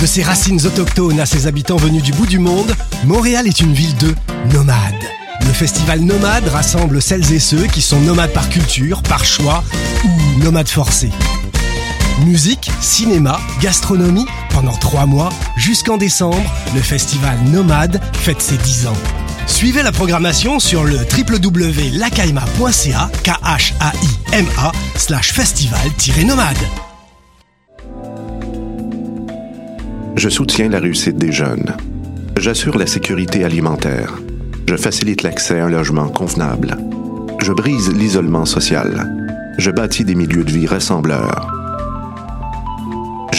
De ses racines autochtones à ses habitants venus du bout du monde, Montréal est une ville de nomades. Le festival Nomade rassemble celles et ceux qui sont nomades par culture, par choix ou nomades forcés. Musique, cinéma, gastronomie, pendant trois mois, jusqu'en décembre, le festival Nomade fête ses 10 ans. Suivez la programmation sur le www.lacaima.ca, k h a i m a slash festival-nomade. Je soutiens la réussite des jeunes. J'assure la sécurité alimentaire. Je facilite l'accès à un logement convenable. Je brise l'isolement social. Je bâtis des milieux de vie rassembleurs.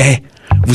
Eh, vous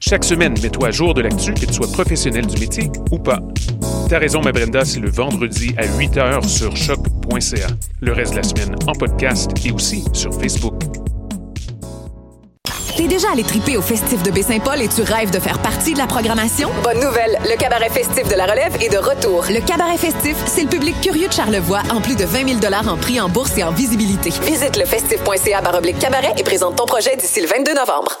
Chaque semaine, mets-toi à jour de l'actu, que tu sois professionnel du métier ou pas. T'as raison, ma Brenda, c'est le vendredi à 8h sur choc.ca. Le reste de la semaine en podcast et aussi sur Facebook. T'es déjà allé triper au festif de Baie-Saint-Paul et tu rêves de faire partie de la programmation? Bonne nouvelle! Le cabaret festif de la relève est de retour. Le cabaret festif, c'est le public curieux de Charlevoix en plus de 20 000 en prix en bourse et en visibilité. Visite le festif.ca baroblique cabaret et présente ton projet d'ici le 22 novembre.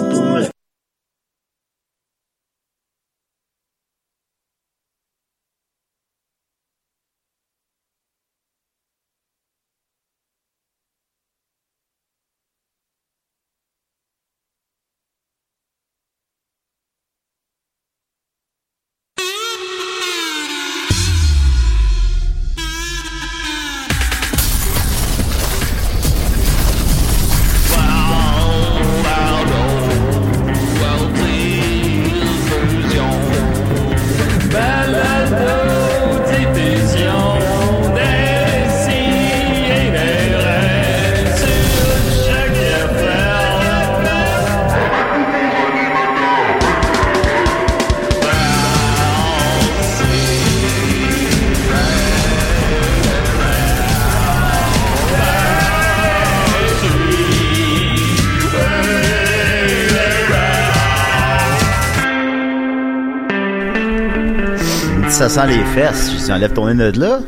Ça sent les fesses. Je dis, enlève ton émeute là.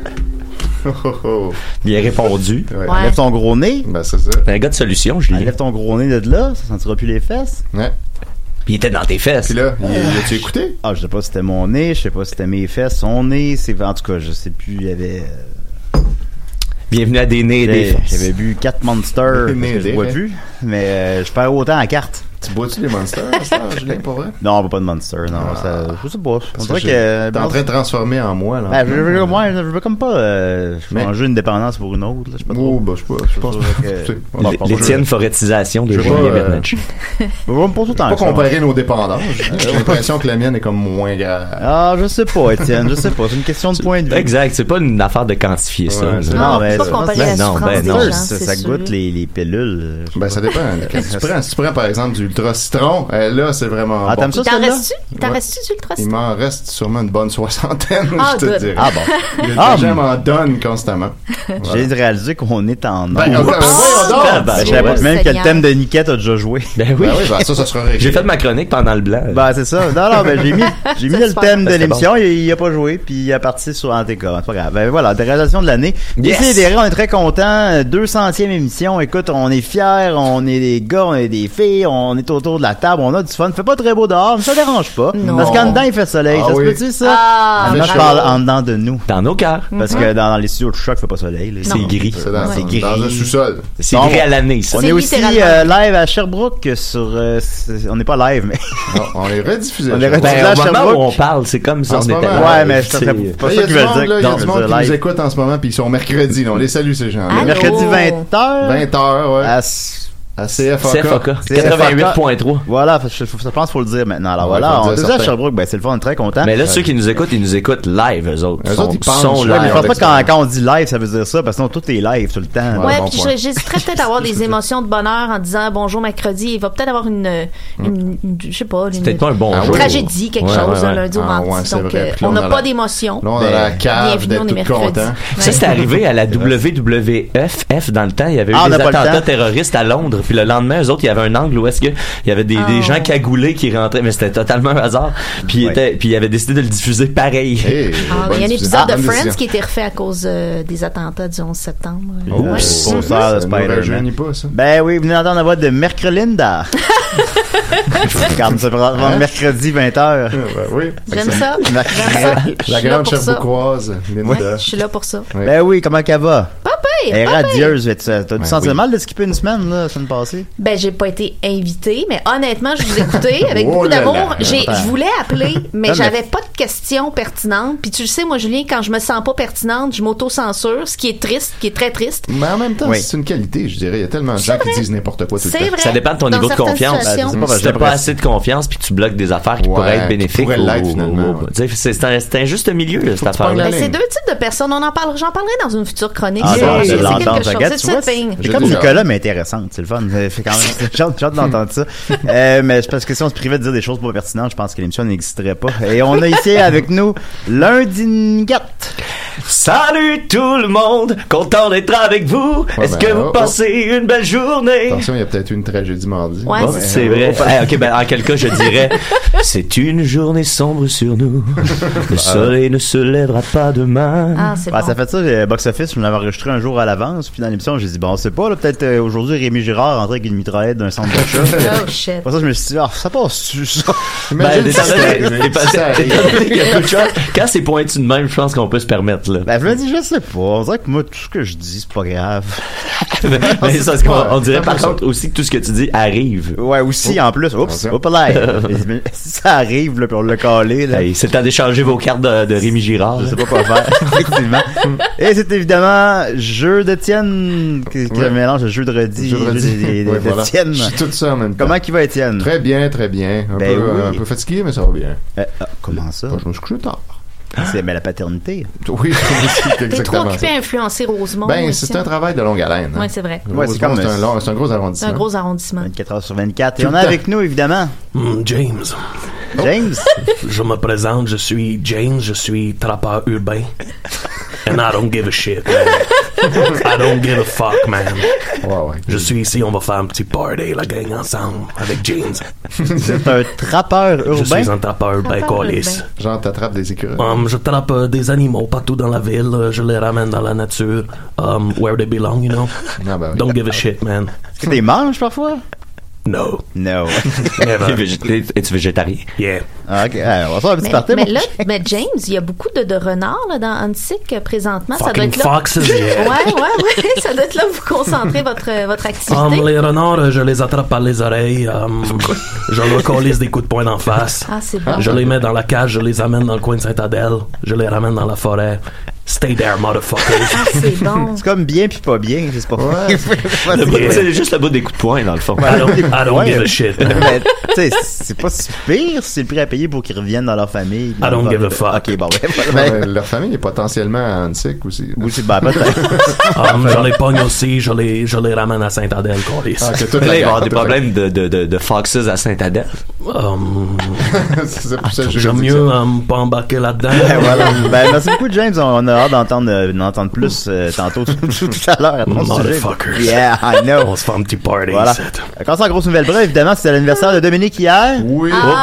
Bien répondu. Ouais. Enlève ton gros nez. Ben, c'est ça. T'es un gars de solution, Julien. Enlève ton gros nez de là. Ça sentira plus les fesses. Ouais. Puis il était dans tes fesses. Puis là, il- l'as-tu écouté? Ah, je sais pas si c'était mon nez, je sais pas si c'était mes fesses, son nez, c'est en tout cas, je sais plus, il y avait Bienvenue à des nez et des j'avais fesses. j'avais bu quatre monsters, Nez, que je nez, bois nez. plus, mais euh, je perds autant à carte. Tu bois-tu des monsters, à cette heure, Julien, pour vrai? Non, on boit pas de monster, non, Ah. ça, je sais pas. On Parce dirait j'ai- que T'es en train de transformer en moi, là. Ben, je, veux- je veux- moi, je veux comme pas euh, je veux Mais- un jeu une dépendance pour une autre, là, je sais pas trop. Oh, ben, je sais pas, je pense que- que. tu sais, on en L- euh, parle pas. L'étienne Foretisation de Je Julien vois, euh, Bernatchez. Je vais me poser autant que Je veux ça. Pas comparer nos dépendances. hein. J'ai l'impression que la mienne est comme moins grave. Ah, je sais pas, Étienne, je sais pas, c'est une question de point de vue. Exact, c'est pas une affaire de quantifier ça. Ouais, c'est- là. Non, Non, mais faut je pas pense- comparer ben la non, souffrance ben des non. gens, ça, c'est ça sûr. goûte les, les pilules. je sais Ben, pas. ça dépend. Qu'est-ce que tu prends? Si tu prends, par exemple, du ultra citron, euh, là, c'est vraiment. Ah, bon. t'aimes ça, T'en celle-là? restes-tu? T'en Ouais. restes-tu du Il ultra m'en reste sûrement une bonne soixantaine, Ah, je te good. dirais. Ah bon. Les Ah, gens bon. m'en donnent constamment. J'ai viens de réaliser qu'on est en Ben, onde. attends, mais voyons donc! Ah, ben, Ben, je Ouais. savais pas même que le Oh, Seigneur. thème de Niquette a déjà joué. Ben oui. Ben oui, ben ça, ça sera réglé. J'ai fait ma chronique pendant le blanc. Ben, c'est ça. Non, non, ben, j'ai mis, j'ai mis C'est le super. thème de Ben, c'est l'émission, il, il a pas joué, puis il a parti sur Antécor. C'est pas grave. Ben, voilà, des réalisations de l'année. Yes! Décidéré, on est très contents. 200e émission. Écoute, on est fiers, on est des gars, on est des filles, on est est autour de la table, on a du fun. Fait pas très beau dehors, mais ça dérange pas. Non. Parce qu'en dedans, il fait soleil. Ah ça oui. se peut-tu, ça? Ah, Là, je chaud. parle en dedans de nous. Dans nos cœurs. Parce que dans, dans les studios de choc, il fait pas soleil. là. Non. gris. C'est dans, C'est gris. dans un sous-sol. C'est Bon. gris à l'année, ça. On C'est est aussi littéralement euh, live à Sherbrooke sur. euh, c'est- on n'est pas live, mais. Non, on est rediffusé. On est je crois. rediffusé. Ben, Là, au moment Sherbrooke. où on parle, c'est comme ça. En on ce est moment, à- ouais, ouais, mais ça c'est- euh, serait pas Il y ça a que du je veux monde, dire. là, il y a Non, du je monde veux qui dire nous live. écoute en ce moment, puis ils sont mercredi. là. On les salue, ces gens-là. Allô? Mercredi 20h. 20h, ouais. À... À CFAK. CFAK. 88.3 Voilà, je, je- je pense qu'il faut le dire maintenant. Alors Ouais, voilà, faut on le dire, est à certain. Sherbrooke, ben c'est le fun, on est très content. Mais là, ceux qui nous écoutent, ils nous écoutent live, eux autres. Eux Ils sont- autres, ils pensent, sont ouais, Ouais, mais live. je pense pas Contexte. qu'en- quand on dit live, ça veut dire ça, parce que sinon, tout est live tout le temps. Ouais, Ouais, bon puis point. je- j'hésiterais peut-être à avoir des émotions de bonheur en disant bonjour mercredi. Il va peut-être avoir une, une, une- je sais pas, une, C'était pas un bon Ah, jour. oui. tragédie, quelque Ouais, chose, ouais, Ben, un ouais. lundi au Ah, mardi. ouais, c'est donc, vrai. euh, Puis là, on on n'a a pas la- d'émotion. Là, on a la cave Bienvenue, d'être on est tout mercredi. content. Ça, c'est arrivé à la WWF. F, dans le temps, il y avait eu Ah, on des n'a pas le attentats temps. terroristes à Londres. Puis le lendemain, eux autres, il y avait un angle où est-ce que il y avait des, Ah. des Oh. gens cagoulés qui rentraient. Mais c'était totalement un hasard. Puis ils Ouais. étaient- puis ils avaient décidé de le diffuser pareil. Hey, Ah, bonne il y a un diffusion. épisode Bonne de Friends décision. qui était refait à cause euh, des attentats du 11 septembre. Oh, Ouais. Oups. Oh, Oups. ça, Oups. ça nous Spider-Man. rajeunit pas, ça. Ben oui, venez entendre la voix de Mercrelinda. Regarde, ça prend Hein? avant mercredi 20h. Ah, ben oui. J'aime ça. J'aime ça. Je suis La là grande pour ça. cherboucoise. Ouais, Linda. je suis là pour ça. Ben oui, comment qu'elle va? Pas pire, Elle est pas pire. radieuse, mais tu- t'as dû Ben sentir oui. mal de skipper une semaine, là, la semaine passée. Ben, j'ai pas été invitée, mais honnêtement, je vous ai écouté avec Oh beaucoup là d'amour. là. J'ai- Attends. Je voulais appeler, mais Non, mais- j'avais pas de questions pertinentes. Puis tu le sais, moi, Julien, quand je me sens pas pertinente, je m'auto-censure, ce qui est triste, qui est très triste. Mais en même temps, Oui. c'est une qualité, je dirais. Il y a tellement de gens qui disent n'importe quoi tout le temps. C'est vrai. Ça dépend de ton Dans niveau de certaines confiance. situations, Ben, c'est pas Si t'as vrai, pas j'ai- assez de confiance, puis tu bloques des affaires qui Ouais, pourraient qui être bénéfiques. pourraient au- l'être, au- finalement, au- ouais. tu sais, C'est c'est un, c'est un juste milieu, cette affaire-là. prennes Ben, la c'est ligne. deux types de personnes. On en parlera. J'en parlerai dans une future chronique. Ah, Ça, bon, c'est je l'entends. quelque chose. Regarde, tu C'est vois, ça, thing. C'est J'ai comme déjà- Nicolas, mais intéressante. C'est le fun. Euh, Fait quand même, j'ai hâte j'ai hâte d'entendre ça. Euh, mais c'est parce que si on se privait de dire des choses pas pertinentes, je pense que l'émission n'existerait pas. Et on a ici avec nous lundi Ngatt. Salut tout le monde, content d'être avec vous. Ouais, Est-ce ben, que vous oh, oh. passez une belle journée? Attention, il y a peut-être eu une tragédie mardi. Ouais, Oh, c'est- c'est vrai. Eh, ok, ben, en quel cas, je dirais, c'est une journée sombre sur nous. Le soleil ne se lèvera pas demain. Ah, c'est Ouais, bon. Ça fait ça, euh, Box Office, je l'avais enregistré un jour à l'avance. Puis dans l'émission, j'ai dit, bon, c'est pas, là, peut-être euh, aujourd'hui, Rémi Girard rentrait avec une mitraillette d'un centre d'achat. Oh, shit. Après ça, je me suis dit, ah, ça passe-tu, ça? Ben, Imagine des- si c'était arrivé. des- Si ça arrive. des- des- quelque chose. Quand c'est pointu de même, je pense qu'on peut se permettre, là. Ben, je me dis, je sais pas. On dirait que moi, tout ce que je dis, c'est pas grave. Mais c'est parce qu'on- on dirait, par Ouais. contre, aussi que tout ce que tu dis arrive. Ouais, aussi, en plus. Oups, Oh. Attention. hop là. Mais si ça arrive, là, puis on l'a calé, là. Hey, c'est le temps d'échanger vos cartes de, de Rémi Girard. Je là. sais pas quoi faire, effectivement. Et c'est évidemment Jeu d'Étienne, qui, qui Ouais. mélange le jeu de Reddy Je et le redis. Ouais, voilà. d'Étienne. Je suis tout ça en même temps. Comment qui va Étienne? Très bien, très bien. Un, Ben peu, oui. un peu fatigué, mais ça va bien. Euh, ah, comment ça? Je me suis couché tard. C'est mais la paternité. Oui, c'est T'es trop exactement occupé ça. à influencer Rosemont. Ben, Étienne. c'est un travail de longue haleine. hein. Ouais, c'est vrai. Ouais, c'est Heureusement, comme- c'est un, long- c'est un gros C'est un arrondissement. gros arrondissement. Ben, 24 heures sur 24. Et Tout on le a temps. Oh. avec nous, évidemment, Hmm, James. James. Je me présente, je suis James, je suis trappeur urbain. And I don't give a shit, man. I don't give a fuck, man. Ouais, ouais. Je suis ici, on va faire un petit party, la gang, ensemble, avec James. C'est un trappeur Je urbain. suis un trappeur urbain, Trappeur colis. Genre, t'attrapes des écureuils. Um, je trappe euh, des animaux partout dans la ville, euh, je les ramène dans la nature, um, where they belong, you know. Ah, ben oui. Don't give a shit, man. Est-ce que t'es mange parfois? No, Non. T'es never. végé- t'es- Es-tu végétarien? Yeah. Ah, ok, alors, on va faire un petit Mais, party. mais mon là, chien. mais James, il y a beaucoup de, de renards là, dans Antic euh, présentement. ça doit Fucking être là. foxes, Ouais, yeah. ouais, ouais. Ça doit être là où vous concentrez votre, euh, votre activité. Um, les renards, euh, je les attrape par les oreilles, um, je leur colisse des coups de poing d'en face. Ah, c'est bon. Je les mets dans la cage, je les amène dans le coin de Saint-Adèle, je les ramène dans la forêt. Stay there, motherfuckers. Ah, c'est bon. C'est comme bien puis pas bien, c'est pas Ouais. Le bout- C'est juste le bout des coups de poing, dans le fond. I don't, I don't give a shit. Mais, tu sais, c'est pas si pire si c'est le prix à payer pour qu'ils reviennent dans leur famille. I don't give a fuck. Ok, bon, ben, voilà, Ouais, ben, mais leur famille est potentiellement à Antique aussi. oui, c'est- ben, peut-être. Um, je les pogne aussi, je les, je les ramène à Saint-Adèle, colis. Ah, que Là, toute il va la y avoir gang- des toute la- problèmes de, de, de, de foxes à Saint-Adèle. Um, C'est Ah, pour ça que je J'aime dis mieux ça. um, pas embarquer là-dedans. Ben, voilà. ben, merci beaucoup, James. On, on a hâte d'entendre, euh, d'entendre plus euh, tantôt tout, tout- tout à l'heure. à ton sujet. Motherfuckers. Yeah, I know. On se fait un petit party. Voilà. ici. Quand c'est en grosse nouvelle, bref, évidemment, c'était l'anniversaire de Dominique hier. Oui. Oh.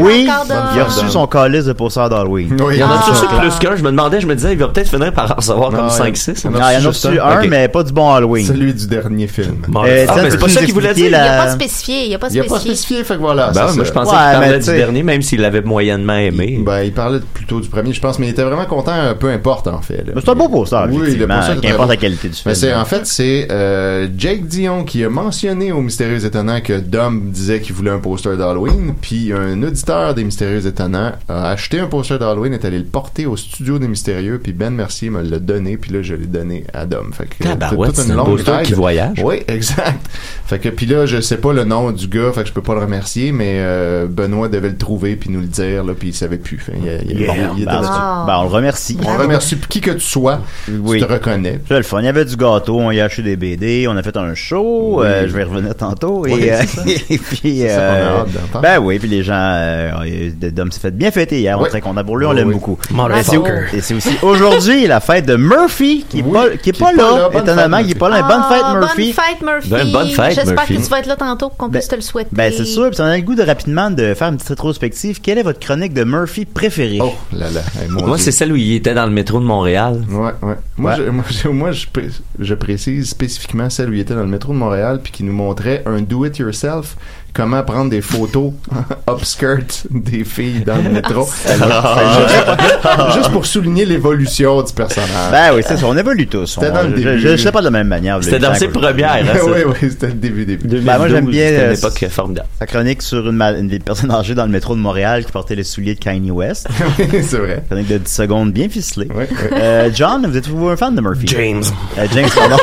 Oui, Ah, Encore de- il a reçu son calice de pourceur d'Halloween. Oui. Il y en a Ah. toujours plus qu'un. Je me demandais, je me disais, il va peut-être finir par en recevoir comme Non, 5-6. il y en Ah, il y en a Juste reçu un. un, Ok. mais euh, pas du bon Halloween. Celui du dernier film. Motherfucker. Ah, mais c'est Tiens, peux-tu pas nous ça qu'il voulait expliquer dire. Il la- n'y a pas spécifié, il n'y a pas Il a pas spécifié. spécifié, fait que voilà. Ben, c'est moi, ça. je pensais Ouais, qu'il mais parlait tu du sais- dernier, même s'il l'avait moyennement aimé. Ben, il parlait plutôt du premier, je pense, mais il était vraiment content, euh, peu importe, en fait. là. Mais C'est un beau poster, Oui, le effectivement, poster est très qu'importe beau. la qualité du Mais c'est, film. en fait, c'est euh, Jake Dion qui a mentionné aux Mystérieux Étonnants que Dom disait qu'il voulait un poster d'Halloween, puis un auditeur des Mystérieux Étonnants a acheté un poster d'Halloween, est allé le porter au studio des Mystérieux, puis Ben Mercier me l'a donné, puis là, je l'ai donné à Dom. Fait que, euh, Tabarouette, toute c'est un beau longue story ride. qui voyage. Oui, exact. Fait que, puis là, je sais pas le nom du gars, fait que je peux pas le remercier, mais euh, Benoît devait le trouver, puis nous le dire, là, puis il savait plus. Fait, il, il- Yeah. bah, il- il était Ben, là-dessus. Ah. ben, on le remercie. On remercie qui que tu sois, Oui. tu te reconnais. C'est le fun. Il y avait du gâteau, on y a acheté des BD, on a fait un show, euh, je vais y revenir tantôt. Et, Oui, c'est euh, ça. et puis, C'est ça qu'on a euh, hâte d'entendre. ben oui, puis les gens, euh, euh, Dom s'est fait bien fêter hier, on Oui. est très content pour lui, on Oui, l'aime oui. beaucoup. Et c'est- Motherfucker. Et c'est aussi aujourd'hui la fête de Murphy, qui est Oui, pas, qui est pas là, bonne étonnamment, fête, qui est pas là. Ah, bonne fête, Murphy. Bonne fête, Murphy. Ben, bonne fête, J'espère Murphy. que tu vas être là tantôt pour qu'on Ben- puisse te le souhaiter. Ben c'est sûr, puis on a le goût de rapidement de faire une petite rétrospective. Quelle est votre chronique de Murphy préférée? Oh là là. eh, mon Moi, Dieu. c'est celle où il était dans le métro de Montréal. Ouais, ouais. Moi, Ouais. Je, moi, je, moi, je pré- je précise spécifiquement celle où il était dans le métro de Montréal puis qui nous montrait un do-it-yourself, comment prendre des photos upskirt des filles dans le métro. Juste- Juste pour souligner l'évolution du personnage. Ben oui, c'est ça, on évolue tous. C'était On- dans le je- début. Je, je sais pas de la même manière. C'était dans ses premiers premières. hein, ça. oui, oui, c'était le début, début. Ben, moi, j'aime 2012, bien, C'était euh, une époque formidable. Sa chronique sur une, ma- une personne âgée dans le métro de Montréal qui portait les souliers de Kanye West. c'est vrai. Chronique de 10 secondes bien ficelée. Oui, oui. Euh, John, vous êtes-vous un fan de Murphy? James. Euh, James, pardon.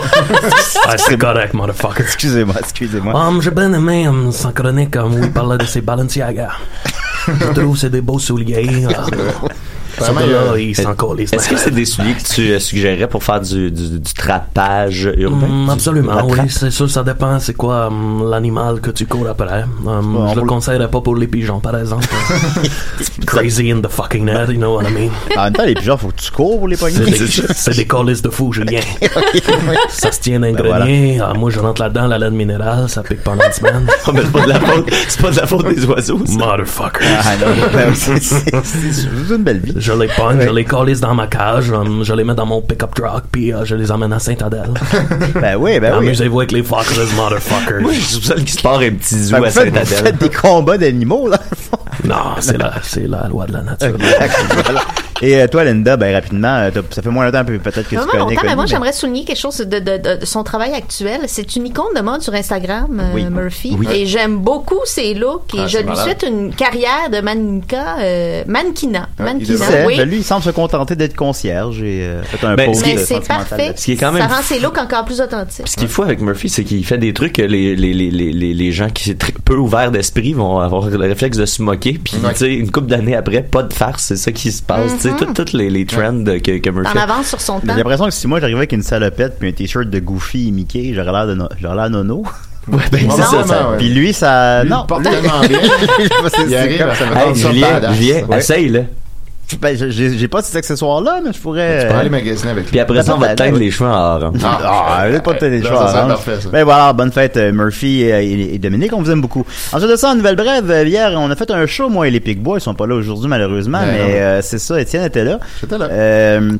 Ah, c'est correct, motherfucker. excusez-moi, excusez-moi. Ah. Um, j'ai bien aimé um, sa chronique um, où il parlait de ses Balenciaga. Je trouve que c'est des beaux souliers. euh, Sauf que là, il s'en colle. Est-ce que c'est des souliers que tu euh, suggérais pour faire du, du, du trapage urbain? Mm, Du- absolument, la trappe? oui, c'est sûr, ça dépend c'est quoi hum, l'animal que tu cours après. Hum, Bon, je on le le- conseillerais pas pour les pigeons, par exemple. Crazy in the fucking head, you know what I mean? En même temps, les pigeons, faut que tu cours pour les pogner. C'est des, c'est des colis de fou, Julien. Ça se tient dans un Ben grenier. Ah, moi, je rentre là-dedans, la laine minérale, ça pique pendant une semaine. Ah, mais c'est pas de la faute, c'est pas de la faute des oiseaux, ça. Motherfucker. Ah non, ben, c'est- c'est c'est une belle vie. Je les pogne, je les colise dans ma cage, hum, je les mets dans mon pick-up truck, puis euh, je les emmène à Saint-Adèle. Ben oui, ben oui. Amusez-vous avec les fuckers, motherfuckers. Moi, je suis seul qui se part un petit zoo Ben, à vous, faites, vous Saint-Adèle. faites des combats d'animaux, là. au fond. Non, c'est la, c'est la loi de la Euh, nature. Voilà. Et euh, toi, Linda, ben rapidement, euh, t'as- ça fait moins longtemps peut- peut-être que Vraiment tu connais. longtemps, mais Connie, moi, mais- j'aimerais souligner quelque chose de, de- de- de son travail actuel. C'est une icône de mode sur Instagram, euh, Oui. Murphy. Oui. Et j'aime beaucoup ses looks. Et Ah, je c'est lui malade. souhaite une carrière de mannequin, euh, mannequinat. Ah, il Qui Mannequinat, sait? oui. Ben, lui, il semble se contenter d'être concierge et euh, fait un Ben, post ce qui Mais euh, c'est sentimental parfait. Ce qui est quand même Ça rend ses looks encore plus authentiques. Ce qui est fou avec Murphy, c'est qu'il fait des trucs que les, les, les, les, les- les gens qui sont très peu ouverts d'esprit vont avoir le réflexe de se moquer. Puis, Ouais. tu sais, une couple d'années après, pas de farce, c'est ça qui se passe. Tu sais, Mhm. tout- toutes les, les trends que, que Murphy En avance sur son J'ai temps. l'impression que si moi j'arrivais avec une salopette puis un t-shirt de Goofy et Mickey, j'aurais l'air de no- j'aurais l'air nono. Ouais, ben, c'est ça, Probablement, ça. Ah ouais. Puis lui Ah, ça Lui, non, il porte tellement bien. Il arrive à faire Hey, ça Julien, badass. Julien, Ouais. essaye, là. Ben, j'ai- j'ai j'ai pas ces accessoires là, mais je pourrais Ben, Tu peux aller euh, magasiner avec Puis lui. après ça, on va te teindre les cheveux en hein. orange. ah, j'ai pas de télé Ça, choix, ça serait hein. parfait, ça. Ben voilà, bonne fête euh, Murphy euh, et, et Dominique, on vous aime beaucoup. Ensuite de ça, en nouvelle brève, euh, hier on a fait un show moi et les Pigbois, ils sont pas là aujourd'hui malheureusement, Ben, mais non. euh, c'est ça, Étienne était là. J'étais là. Euh,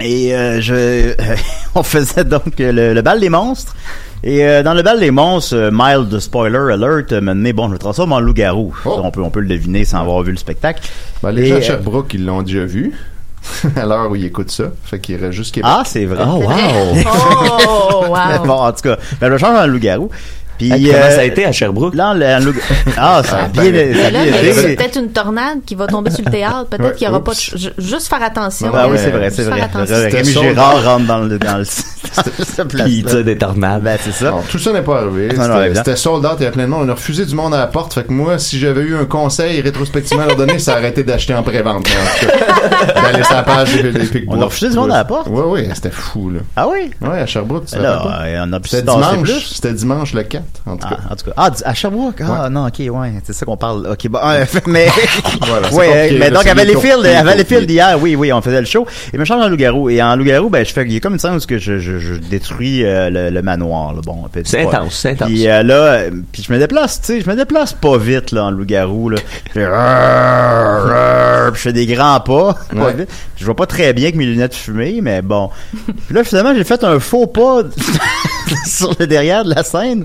et euh, je, on faisait donc euh, le, le bal des monstres. Et euh, dans le bal des monstres, euh, mild spoiler alert, euh, maintenant, bon, je me transforme en loup-garou. Oh. On peut, on peut le deviner sans avoir vu le spectacle. Ben, les Et, gens à euh, Sherbrooke, ils l'ont déjà vu. à l'heure où ils écoutent ça. Fait qu'il reste juste Québec. ah, c'est vrai. Oh, wow! Oh, wow. bon, en tout cas, ben, je le change en loup-garou. Puis Hey, Comment euh, ça a été à Sherbrooke? Là, le- en loup- ah, ça a Ah, bien, ben, ça Mais a là, bien mais été. c'est peut-être une tornade qui va tomber sur le théâtre. Peut-être Ouais, qu'il n'y aura oups. pas de... ch- ju- Juste faire attention. Ah oui, Euh, c'est vrai, juste c'est faire vrai. attention. Ré- Rémi C'était Gérard rentre dans le dans le. dans le- Puis, tu as des tornades. Ben c'est ça. Non, tout ça n'est pas arrivé. Non, non, C'était- évident. C'était sold out, il y a plein de monde. On a refusé du monde à la porte. Fait que moi, si j'avais eu un conseil rétrospectivement à leur donner, ça arrêtait d'acheter en pré-vente. en tout cas. D'aller sur la page des, des Pic On a Bois. refusé du monde à la porte? Oui, oui, c'était fou, là. Ah oui. Ouais, à Sherbrooke, tu savais Là, pas? euh, on a pu se C'était tasser dimanche. plus. C'était dimanche le 4. Sherbrooke, en tout cas. Ah, en tout cas. Ah, du- à Sherbrooke? Ah, non, ok, ouais. C'est ça qu'on parle. Ok, bon, euh, mais. Voilà, c'est ouais, compliqué, mais là, donc, c'est avant les les fields, compliqués, avant les compliqués. fields d'hier, oui, oui, on faisait le show. Et je me change en loup-garou. Et en loup-garou, ben, je fais, il y a comme une scène où ce que je, je, je détruis euh, le, le manoir, là. Bon, un peu- C'est pas- intense, c'est intense. Puis euh, là, euh, puis je me déplace, tu sais, je me déplace pas vite, là, en loup-garou, là. Je fais, Rrrr, rrrr, puis je fais des grands pas, pas Ouais. vite. Je vois pas très bien avec mes lunettes fumées, mais bon. Puis là, finalement, j'ai fait un faux pas sur le derrière de la scène.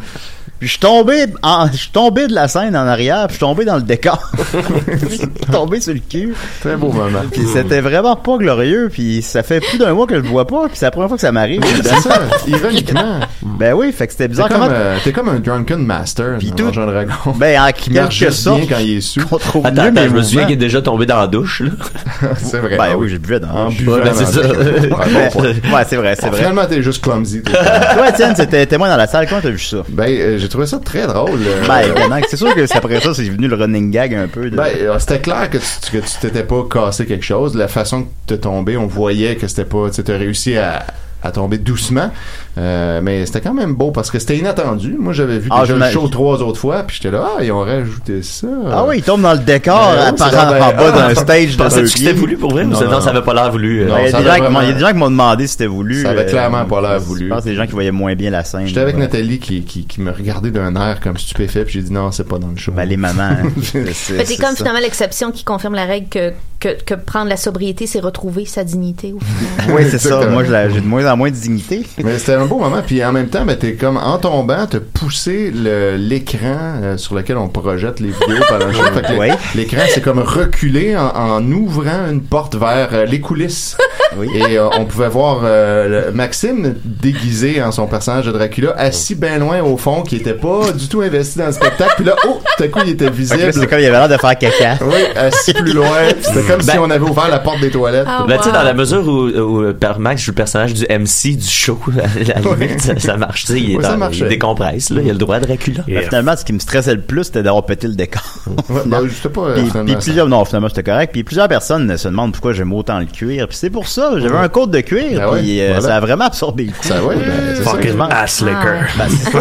Puis je suis tombé, en, je suis tombé de la scène en arrière, puis je suis tombé dans le décor. je suis tombé sur le cul. Très beau moment. Puis c'était vraiment pas glorieux, puis ça fait plus d'un mois que je le vois pas, puis c'est la première fois que ça m'arrive. C'est ça, ironiquement. ben oui, fait que c'était T'es bizarre. comme, Comment euh, t'es comme un drunken master Puis dans tout- Donjons Dragon. Ben, en il marche quelque juste sorte, bien quand il est sous. contrôle Attends, mieux attends, mes je me souviens mouvements. qu'il est déjà tombé dans la douche, là. c'est vrai. Ben oui, j'ai buvé dans En la buvant ben, c'est Ah, dans- ça. Ouais, bon Mais- point. Ouais, c'est vrai, c'est vrai. Finalement, t'es juste clumsy. t'es- Toi, Étienne, c'était témoin dans la salle, comment t'as vu ça? ben, euh, j'ai trouvé ça très drôle. euh, Ben, évidemment, c'est sûr que c'est après ça, c'est venu le running gag un peu. De... Ben, euh, c'était clair que tu, que tu t'étais pas cassé quelque chose. La façon que t'es tombé, on voyait que c'était pas. Tu sais, t'as réussi à, à tomber doucement. Euh, mais c'était quand même beau parce que c'était inattendu. Moi, j'avais vu Ah, déjà le j'imagine- show trois autres fois, puis j'étais là, ah, ils ont rajouté ça. ah oui, il tombe dans le décor, Ben, apparent c'est donc ben- en bas Ah, d'un stage de Pensais-tu deux que c'était pieds. voulu pour vrai? ou Non, ça- non, non, ça avait pas l'air voulu. euh. Non, Ben, Il y, a ça des avait gens qui m'ont- il y a vraiment- des gens qui m'ont demandé si c'était voulu. euh, Ça avait clairement pas l'air voulu. Je pense que c'est des gens qui voyaient moins bien la scène. J'étais avec Ouais. Nathalie qui, qui, qui me regardait d'un air comme stupéfait, puis j'ai dit non, c'est pas dans le show. Ben, les mamans. hein. C'est- Fait c'est- que C'est c'est comme ça. finalement l'exception qui confirme la règle que, que, que prendre la sobriété, c'est retrouver sa dignité. au final. Oui, c'est ça. Exactement. Moi, je la- j'ai de moins en moins de dignité. Mais c'était un beau moment, puis en même temps, ben, t'es comme en tombant, t'as poussé le- l'écran euh, sur lequel on projette les vidéos pendant le show. Fait que l'é- Ouais. L'écran, c'est comme reculé en, en ouvrant une porte vers euh, les coulisses. Oui. Et euh, on pouvait voir euh, le- Maxime déguisé en son personnage de Dracula, assis bien loin au fond, qui était pas du tout investi dans le spectacle. Puis là, oh, tout à coup, il était Fait que là, C'est visible. comme il avait l'air de faire caca. Oui, assis plus loin. Puis C'était comme si Ben- on avait ouvert la porte des toilettes. Ah, Ben, tu sais, wow. dans la mesure où, où, euh, par Max joue le personnage du MC du show, à la limite, ça, ça marche. Tu sais, il, est Ouais, ça dans- marchait. il décompresse, là, il a le droit de Dracula. Ben, Finalement, ce qui me stressait le plus, c'était d'avoir pété le décor. Ouais, ben, je sais pas, Puis, finalement, puis ça- plusieurs, non, finalement, c'était correct. Puis plusieurs personnes se demandent pourquoi j'aime autant le cuir. Puis c'est pour ça, j'avais un code de cuir. Ben ouais, puis euh, voilà. ça a vraiment absorbé le coup. Ça, ouais, ben, c'est ça. Fucking ass licker. Ah Ben, c'est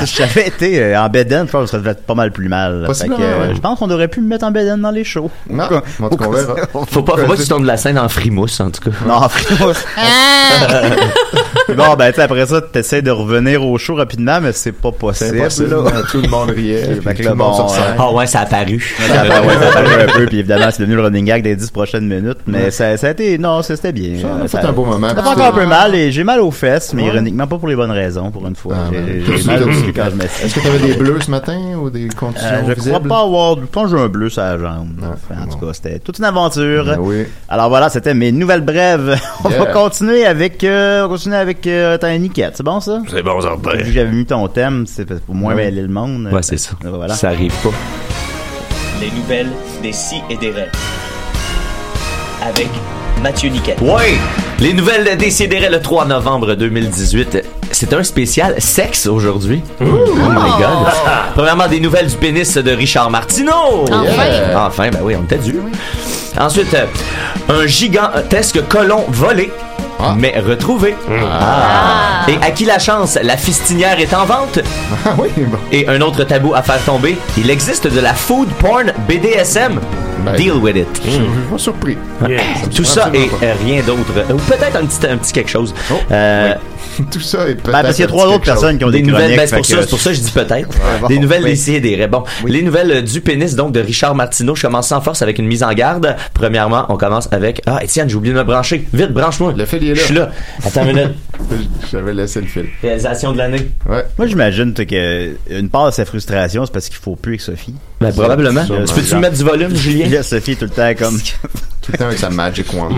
ça. Si j'avais été euh, en bedaine, je pense que ça devait être pas mal plus mal. Fait que, Possiblement, euh, ouais. Je pense qu'on aurait pu me mettre en bedaine dans les shows. Non, Pourquoi- en tout cas, on pourquoi- verra. Faut pas, faut pas que tu tombes de la scène en frimousse, en tout cas. Non, frérot. Puis bon, ben, tu sais, après ça, t'essaies de revenir au show rapidement, mais c'est pas C'est possible. impossible, là. là. tout le monde riait, Fait puis que tout là, le monde bon, sur scène. Ah ouais, ça a paru. Ouais, ça a- Ah, ben ouais, ça a paru un peu, puis évidemment, c'est devenu le running gag des 10 prochaines minutes, mais ça, ça a été, non, ça, c'était bien. Ben, Ça, on a Euh, fait un beau moment. Ça fait Puis encore un peu c'était- mal, et j'ai mal aux fesses, mais Ah, Ouais. ironiquement, pas pour les bonnes raisons, pour une fois. Ah, J'ai- ben, j'ai tout mal ça, au tout cul ça. quand je m'assieds. Est-ce que t'avais des bleus ce matin ou des conditions Euh, je crois pas avoir. Je pense que j'ai un bleu sur la jambe. Ouais, Enfin, en bon. Ben tout cas, c'était toute une aventure. oui. Alors voilà, c'était mes nouvelles brèves. on va Yeah. continuer avec. euh, on continue avec euh, ta niquette. C'est bon ça? C'est bon, ça Vu que J'avais mis ton thème, c'est pour moins mêler le monde. Ben Ouais, c'est ça. Voilà. Ça arrive pas. Les nouvelles des si et des rêves. Avec Mathieu Niquette. Ouais! Les nouvelles de Décideret le 3 novembre 2018. C'est un spécial sexe aujourd'hui. Oh my god! Premièrement, des nouvelles du pénis de Richard Martineau! Enfin. Yeah. Enfin, ben oui, on était dû. Ensuite, euh, un gigantesque colon volé. Ah. Mais retrouvé. Ah. Et à qui la chance, la fistinière est en vente. Ah oui, bon. Et un autre tabou à faire tomber, il existe de la food porn BDSM. Ben. Deal with it. Je suis pas surpris. Tout ça et Absolument euh, rien d'autre. Ou peut-être un petit, un petit quelque chose. Oh, Euh, Tout ça est peut-être. Ben, parce qu'il y a trois autres quelque chose. personnes qui ont des, des nouvelles, chroniques. ben, c'est pour, fait ça, que- c'est pour ça que je dis peut-être. bon, des nouvelles oui. d'ici et des raies. Bon, les nouvelles euh, du pénis donc de Richard Martineau. Je commence sans force avec une mise en garde. Premièrement, on commence avec ah Étienne, j'ai oublié de me brancher. Vite, branche-moi. Le fil, il est là. Je suis là. Attends une minute. J'avais laissé le fil. Réalisation de l'année. Ouais. Moi, j'imagine tu sais, que une part de sa frustration, c'est parce qu'il faut plus avec Sophie. Ben probablement. Sûrement. Tu peux-tu mettre du volume, Puis Julien? là, Sophie est tout le temps comme. Tout le temps avec sa Magic Wand.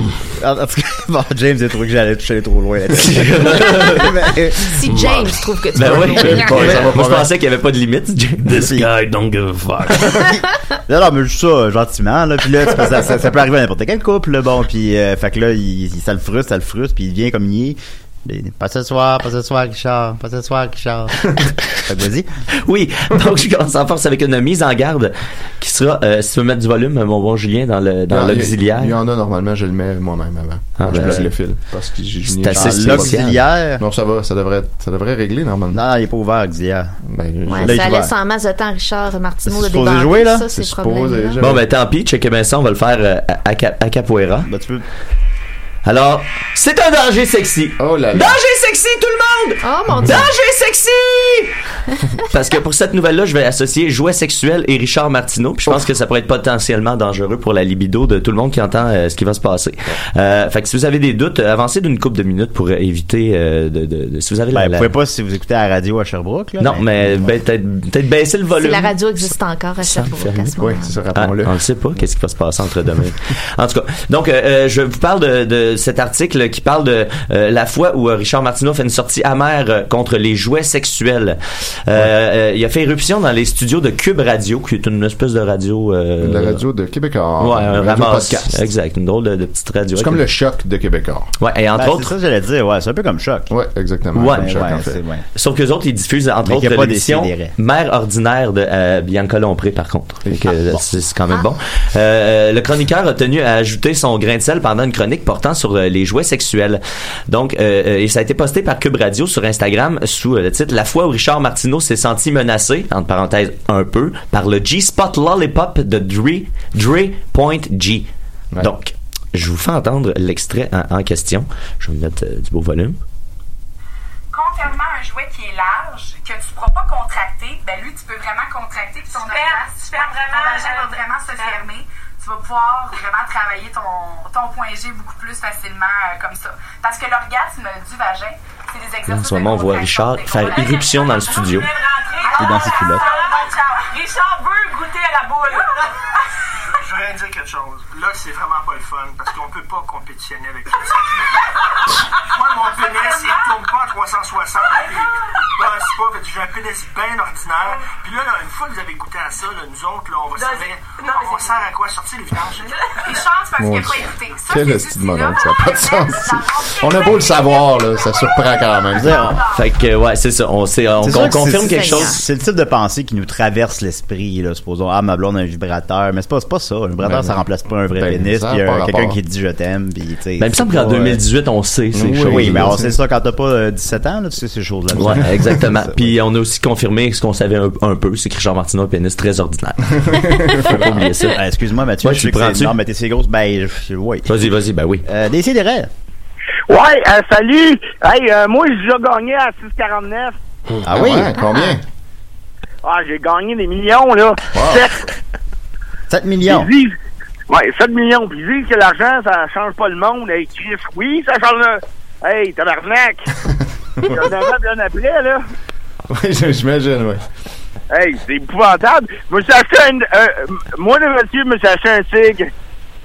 En en tout cas, bon, James a trouvé que j'allais toucher trop loin là-dessus. Mais, euh, Si James trouve que tu Ben vas- oui. va Moi, pas je bien. pensais qu'il n'y avait pas de Ah, limite. This guy don't euh, give a fuck. Non, non, mais juste ça, euh, gentiment, là. Puis là, tu sais, ça, ça, ça peut arriver à n'importe quel couple, là. Bon, puis, euh, fait que là, il, il- ça le frustre, ça le frustre, puis il vient comme il est. Mais, Pas ce soir, pas ce soir, Richard, pas ce soir, Richard. Vas-y. Oui, donc je commence en force avec une mise en garde qui sera, euh, si tu veux mettre du volume, mon bon Julien, dans le dans Non, il y- l'auxiliaire. Il y en a normalement, je le mets moi-même avant. Ah, je ben, place c'est- le fil. Parce que j'ai j'ai- C'est assez Ah, spécial. L'auxiliaire. Non, ça va, ça devrait, être- ça devrait régler normalement. Non, il n'est pas ouvert, auxiliaire. Ben, Ouais, Là, il ça est laisse ouvert. en masse de temps, Richard Martineau, C'est de supposé débarquer. jouer, là? Ça, C'est c'est le supposé. problème. là. je- Bon, ben tant pis, check bien ça, on va le faire euh, à, à Cap- à Capoeira. Ben, tu peux. Alors, c'est un danger sexy. Oh là là. Danger sexy, tout le monde! Oh mon dieu! Danger sexy! Parce que pour cette nouvelle-là, je vais associer jouet sexuel et Richard Martineau. Puis je Oh. pense que ça pourrait être potentiellement dangereux pour la libido de tout le monde qui entend euh, ce qui va se passer. Euh, fait que si vous avez des doutes, euh, avancez d'une coupe de minutes pour euh, éviter euh, de, de- de- Si vous avez la- Ben, vous la- pouvez pas si vous écoutez à la radio à Sherbrooke, là. Non, mais ben, peut-être peut-être baisser le Si volume. la radio existe encore à Ça me Sherbrooke fait- à ce Oui, moment c'est ça, Ah, rappelons-le. on ne sait pas qu'est-ce qui va se passer entre demain. en tout cas, donc euh, euh, je vous parle de, de cet article qui parle de euh, la fois où euh, Richard Martineau fait une sortie amère euh, contre les jouets sexuels. Euh, euh, il a fait éruption dans les studios de Cube Radio, qui est une espèce de radio. euh, La radio de Québécois. Ouais, La un radio ramasse. podcast. Exact, une drôle de, de petite radio. C'est comme le choc de Québécois. Ouais, et entre Ben, autres. C'est ça que j'allais dire, ouais. C'est un peu comme choc. Ouais, exactement. Ouais, comme Ben, choc, ouais, en fait. c'est- ouais. Sauf qu'eux autres, ils diffusent entre Mais qu'il y a autres pas l'émission Décidéré. Mère ordinaire de euh, Bianca Lompré, par contre. Fait que, Ah, euh, C'est c'est quand même bon. Euh, euh, le chroniqueur a tenu à ajouter son grain de sel pendant une chronique portant sur euh, les jouets sexuels. Donc, euh, euh, et ça a été posté par Cube Radio sur Instagram sous euh, le titre La fois où Richard Martineau s'est senti menacé, entre parenthèses un peu, par le G-Spot Lollipop de Dre, Dre.G. Ouais. Donc, je vous fais entendre l'extrait en, en question. Je vais me mettre euh, du beau volume. contrairement à un jouet qui est large, que tu ne pourras pas contracter, ben lui, tu peux vraiment contracter. Puis ton organe, tu fermes vraiment, ton vagin va vraiment se fermer. Tu vas pouvoir vraiment travailler ton, ton point G beaucoup plus facilement euh, comme ça. Parce que l'orgasme du vagin, c'est des En exercices. ce moment, on voit Richard faire irruption dans le studio. Et dans ses culottes. Ah, Richard veut goûter à la boule. Je voudrais dire quelque chose. Là, c'est vraiment pas le fun parce qu'on peut pas compétitionner avec ça. Moi, mon pénis, il tourne pas à 360. puis Ah, Il pense pas. Fait que J'ai un pénis bien ordinaire. Puis là, là, une fois que vous avez goûté à ça, là, nous autres, là, on va servir. non, mais on c'est- sert à quoi sortir les vidanges? Richard, c'est parce qu'il Mon n'a pas Dieu. écouté. Ça, Quel c'est esti de du mononcle, ça silence. n'a pas de sens. On a beau le savoir, là, ça surprend quand même. Je veux dire, Fait que, ouais, c'est ça. On, sait, on, C'est on sûr que confirme c'est- quelque Seigneur. chose. C'est le type de pensée qui nous traverse l'esprit, là. Supposons, ah, ma blonde a un vibrateur. Mais c'est pas, c'est pas ça. Un vibrateur, Ben, ça remplace pas un vrai ben, pénis. ça a Puis pas euh, quelqu'un rapport. qui dit je t'aime. Puis, tu sais. Ben, il me semble c'est qu'en pas, euh, 2018, on sait ces Oui, choses. oui, mais on sait ça quand t'as pas euh, 17 ans, là, tu sais ces choses-là. Ouais, exactement. C'est ça. Puis on a aussi confirmé ce qu'on savait un, un peu, c'est que Richard Martineau a un pénis très ordinaire. Faut pas oublier ça. Ah, Excuse-moi, Mathieu. Ouais, je tu sais que prends-tu? c'est- Non, mais t'es ces grosses. Ben, je- oui. Vas-y, vas-y, ben oui. Euh, des rêves. Ouais, euh, salut! Hey, euh, moi, j'ai déjà gagné à 6,49. Ah oui? ouais, combien? Ah, j'ai gagné des millions, là. 7 millions. Ils disent, ouais, 7 millions. Puis ils disent que l'argent, ça change pas le monde. Hey, Chris, oui, ça change le... Hey, tabarnak! Il y en a un bien après, là. Oui, j'imagine, oui. Hey, c'est épouvantable. Je me suis acheté un... euh, moi, le monsieur, je me suis acheté un SIG.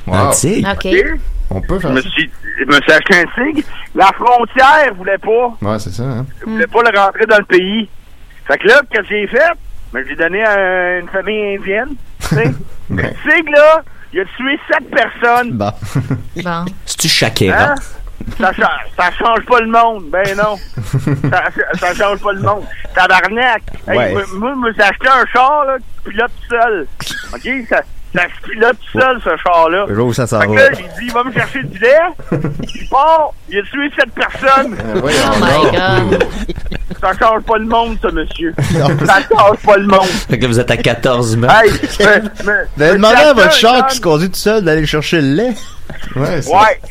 Wow. Un Ah, tigre? OK. On peut Je faire me ça. suis, je me suis acheté un SIG. La frontière voulait pas. Ouais, c'est ça, hein. voulait pas le rentrer dans le pays. Fait que là, qu'est-ce que j'ai fait? Ben, j'ai donné à une famille indienne. tu sais. Le SIG, là, il a tué 7 personnes. Bon. Bon. C'est-tu Shakira? Hein? Ça, cha- ça change pas le monde, ben non. ça, ça change pas le monde. Tabarnak. Hey, Ouais. moi- Moi, moi, j'ai acheté un char là, qui se pilote tout seul. OK? Ça, ça se pilote tout seul, ce char-là. Le jour où ça s'en Fait que va. là, j'ai dit, il va me chercher du lait. Il part, il a tué cette personne. Oh my god. Ça change pas le monde, ça, monsieur. Non. Ça change pas le monde. Fait que là, vous êtes à 14 mètres. Hey, me- Vous me- me demandez à chercher votre un char jeune. qui se conduit tout seul d'aller chercher le lait. Ouais, c'est- Ouais.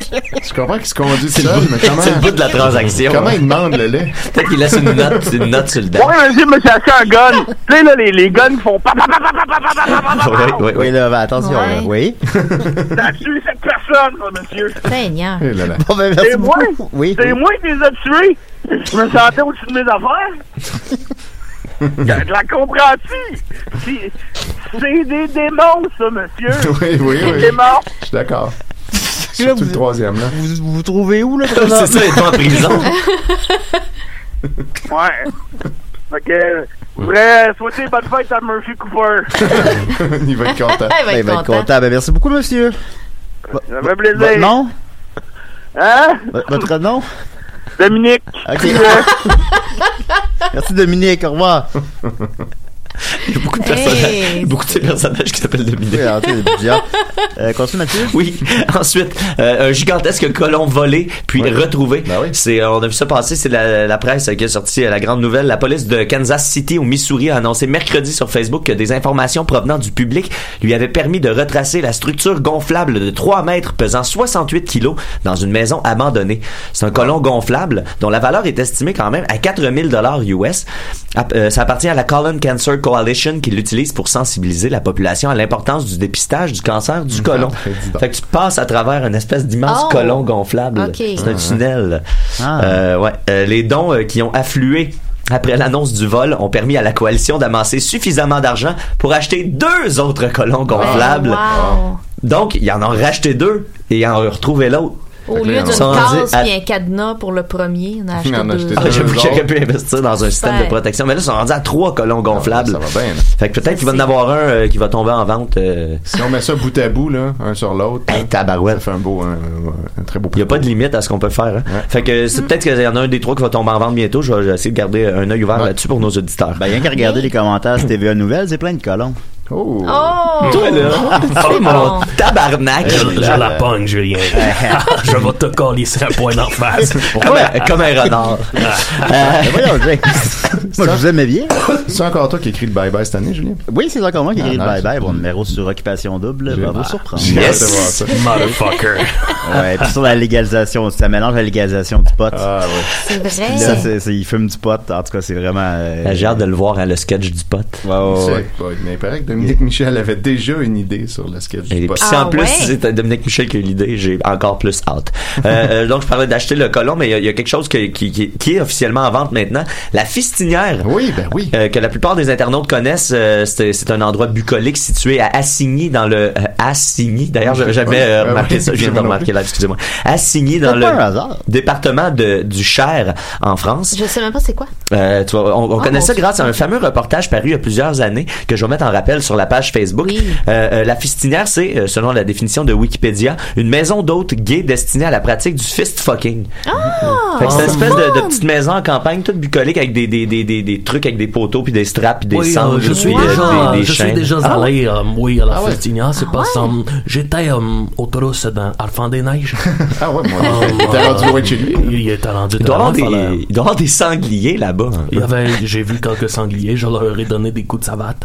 Je comprends qu'il se conduit tout C'est le seul, mais bout- c'est le bout comment, de la transaction. comment il demande le lait? Peut-être qu'il laisse une note, une note sur le dedans. Ouais, monsieur, me chercher un gun. tu sais, là, les, les guns font pa pa pa pa pa pa pa pa pa pa Oui, oui, pa. Oui, oui. là, ben, attention. Ouais. là. Oui. Ça a tué cette personne, ça, monsieur. Seigneur. Eh là là. Bon, ben, merci C'est moi? beaucoup. Oui. C'est moi qui les ai tués. Je me sentais au-dessus de mes affaires. Je la comprends-tu? C'est- C'est des démons, ça, monsieur. Oui, oui, Des oui. démons. Je suis d'accord. Là, Surtout le troisième, là. Vous vous vous trouvez où, là, C'est présentement? ça, il est en prison. Ouais. Fait que, je voudrais souhaiter bonne fête à Murphy Cooper. il va être content. Ah, il va être Ben, il va être content. content. Ben, merci beaucoup, monsieur. Ça me fait Votre plaisir. nom? Hein? V- Votre nom? Dominique. Merci Dominique, au revoir. Il y a beaucoup de personnages, beaucoup de ces personnages qui s'appellent Dominique. Oui, alors, tu sais, il y a plusieurs. Euh, continue, Mathieu. Oui. Ensuite, euh, un gigantesque colon volé puis retrouvé. C'est, euh, on a vu ça passer. C'est la, la presse qui a sorti euh, la grande nouvelle. La police de Kansas City au Missouri a annoncé mercredi sur Facebook que des informations provenant du public lui avaient permis de retracer la structure gonflable de 3 mètres pesant 68 kilos dans une maison abandonnée. C'est un colon gonflable dont la valeur est estimée quand même à 4000 dollars US. App- euh, Ça appartient à la Colon Cancer Coalition qui l'utilise pour sensibiliser la population à l'importance du dépistage du cancer du côlon. Ah, Fait que tu passes à travers une espèce d'immense Oh! colon gonflable. Ok. C'est un Ah. tunnel. Ah. Euh, ouais. Euh, les dons euh, qui ont afflué après l'annonce du vol ont permis à la coalition d'amasser suffisamment d'argent pour acheter deux autres colons gonflables. Ben, Wow. Donc, ils en ont racheté deux et ils en ont retrouvé l'autre. Au lieu d'une Ils sont rendus tasse à- et un cadenas pour le premier, on a acheté deux. ah, j'avoue que j'aurais pu investir dans un système de Super. protection. Mais là, ils sont rendus à trois colons gonflables. Ah, ça va bien. Fait que peut-être qu'il va en avoir un euh, qui va tomber en vente. euh, Si on met ça bout à bout, là, un sur l'autre. Hey, tabarouette. Ça fait un beau, un, un très beau Il n'y a pas de limite à ce qu'on peut faire. hein. Fait que c'est peut-être qu'il y en a un des trois qui va tomber en vente bientôt. Je vais je vais essayer de garder un œil ouvert là-dessus pour nos auditeurs. Ben, rien qu'à regarder les commentaires sur TVA Nouvelles, c'est plein de colons. Oh! Toi, là! c'est Oh, mon tabarnak! Je Euh, la pogne, Julien. je vais te coller sur un point d'en face. Comme un- comme un renard. Mais Euh, ben, voyons, Jake. Moi, je vous aimais bien. C'est encore toi qui écris le bye-bye cette année, Julien? Oui, c'est encore moi qui ai Ah, écrit le nice. bye-bye. Bon numéro sur Occupation Double va vous surprendre. J'ai hâte de voir ça. Motherfucker. ouais, puis sur la légalisation, ça mélange la légalisation du pot. Ah C'est vrai. Là, c'est, c'est- il fume du pot. En tout cas, c'est vraiment. euh, J'ai hâte de le voir, hein, le sketch du pot. Ah ouais, ouais. C'est pas- Mais il paraît que Dominique Michel avait déjà une idée sur le sketch. Et puis si en plus c'est Dominique Michel qui a eu l'idée, j'ai encore plus hâte. Euh, euh, donc je parlais d'acheter le colon, mais il y a- il y, a quelque chose que- qui, qui- qui est officiellement en vente maintenant, la fistinière. Oui, ben oui. euh, que la plupart des internautes connaissent. euh, c'est c'est un endroit bucolique situé à Assigny dans le euh, Assigny. D'ailleurs, j'avais jamais euh, Ah oui, remarqué ça. Je viens de moi non remarquer plus. là, excusez-moi. Assigny dans pas le un hasard. département de, du Cher en France. Je sais même pas c'est quoi. Euh, tu vois, on, on Ah, connaît mon ça Dieu. grâce à un fameux reportage paru il y a plusieurs années que je vais mettre en rappel sur la page Facebook. Euh, euh, la fistinière, c'est, euh, selon la définition de Wikipédia, une maison d'hôtes gay destinée à la pratique du fist fucking. Ah! Fait que c'est une c'est espèce fun. de, de petite maison en campagne, toute bucolique, avec des, des, des, des, des trucs, avec des poteaux, puis des straps, puis des Oui, sangles, euh, je suis puis, euh, déjà, des- des je suis chaînes. déjà Ah ouais? allé, euh, oui, à la Ah ouais? Festina, c'est pas ça. J'étais euh, au Taurus dans Alphand des Neiges. Euh, Ah ouais, moi. Il était rendu loin de chez lui. Il était rendu Il doit tellement avoir des- fort, là. il doit avoir des sangliers là-bas. hein. Il y avait, j'ai vu quelques sangliers, je leur ai donné des coups de savate.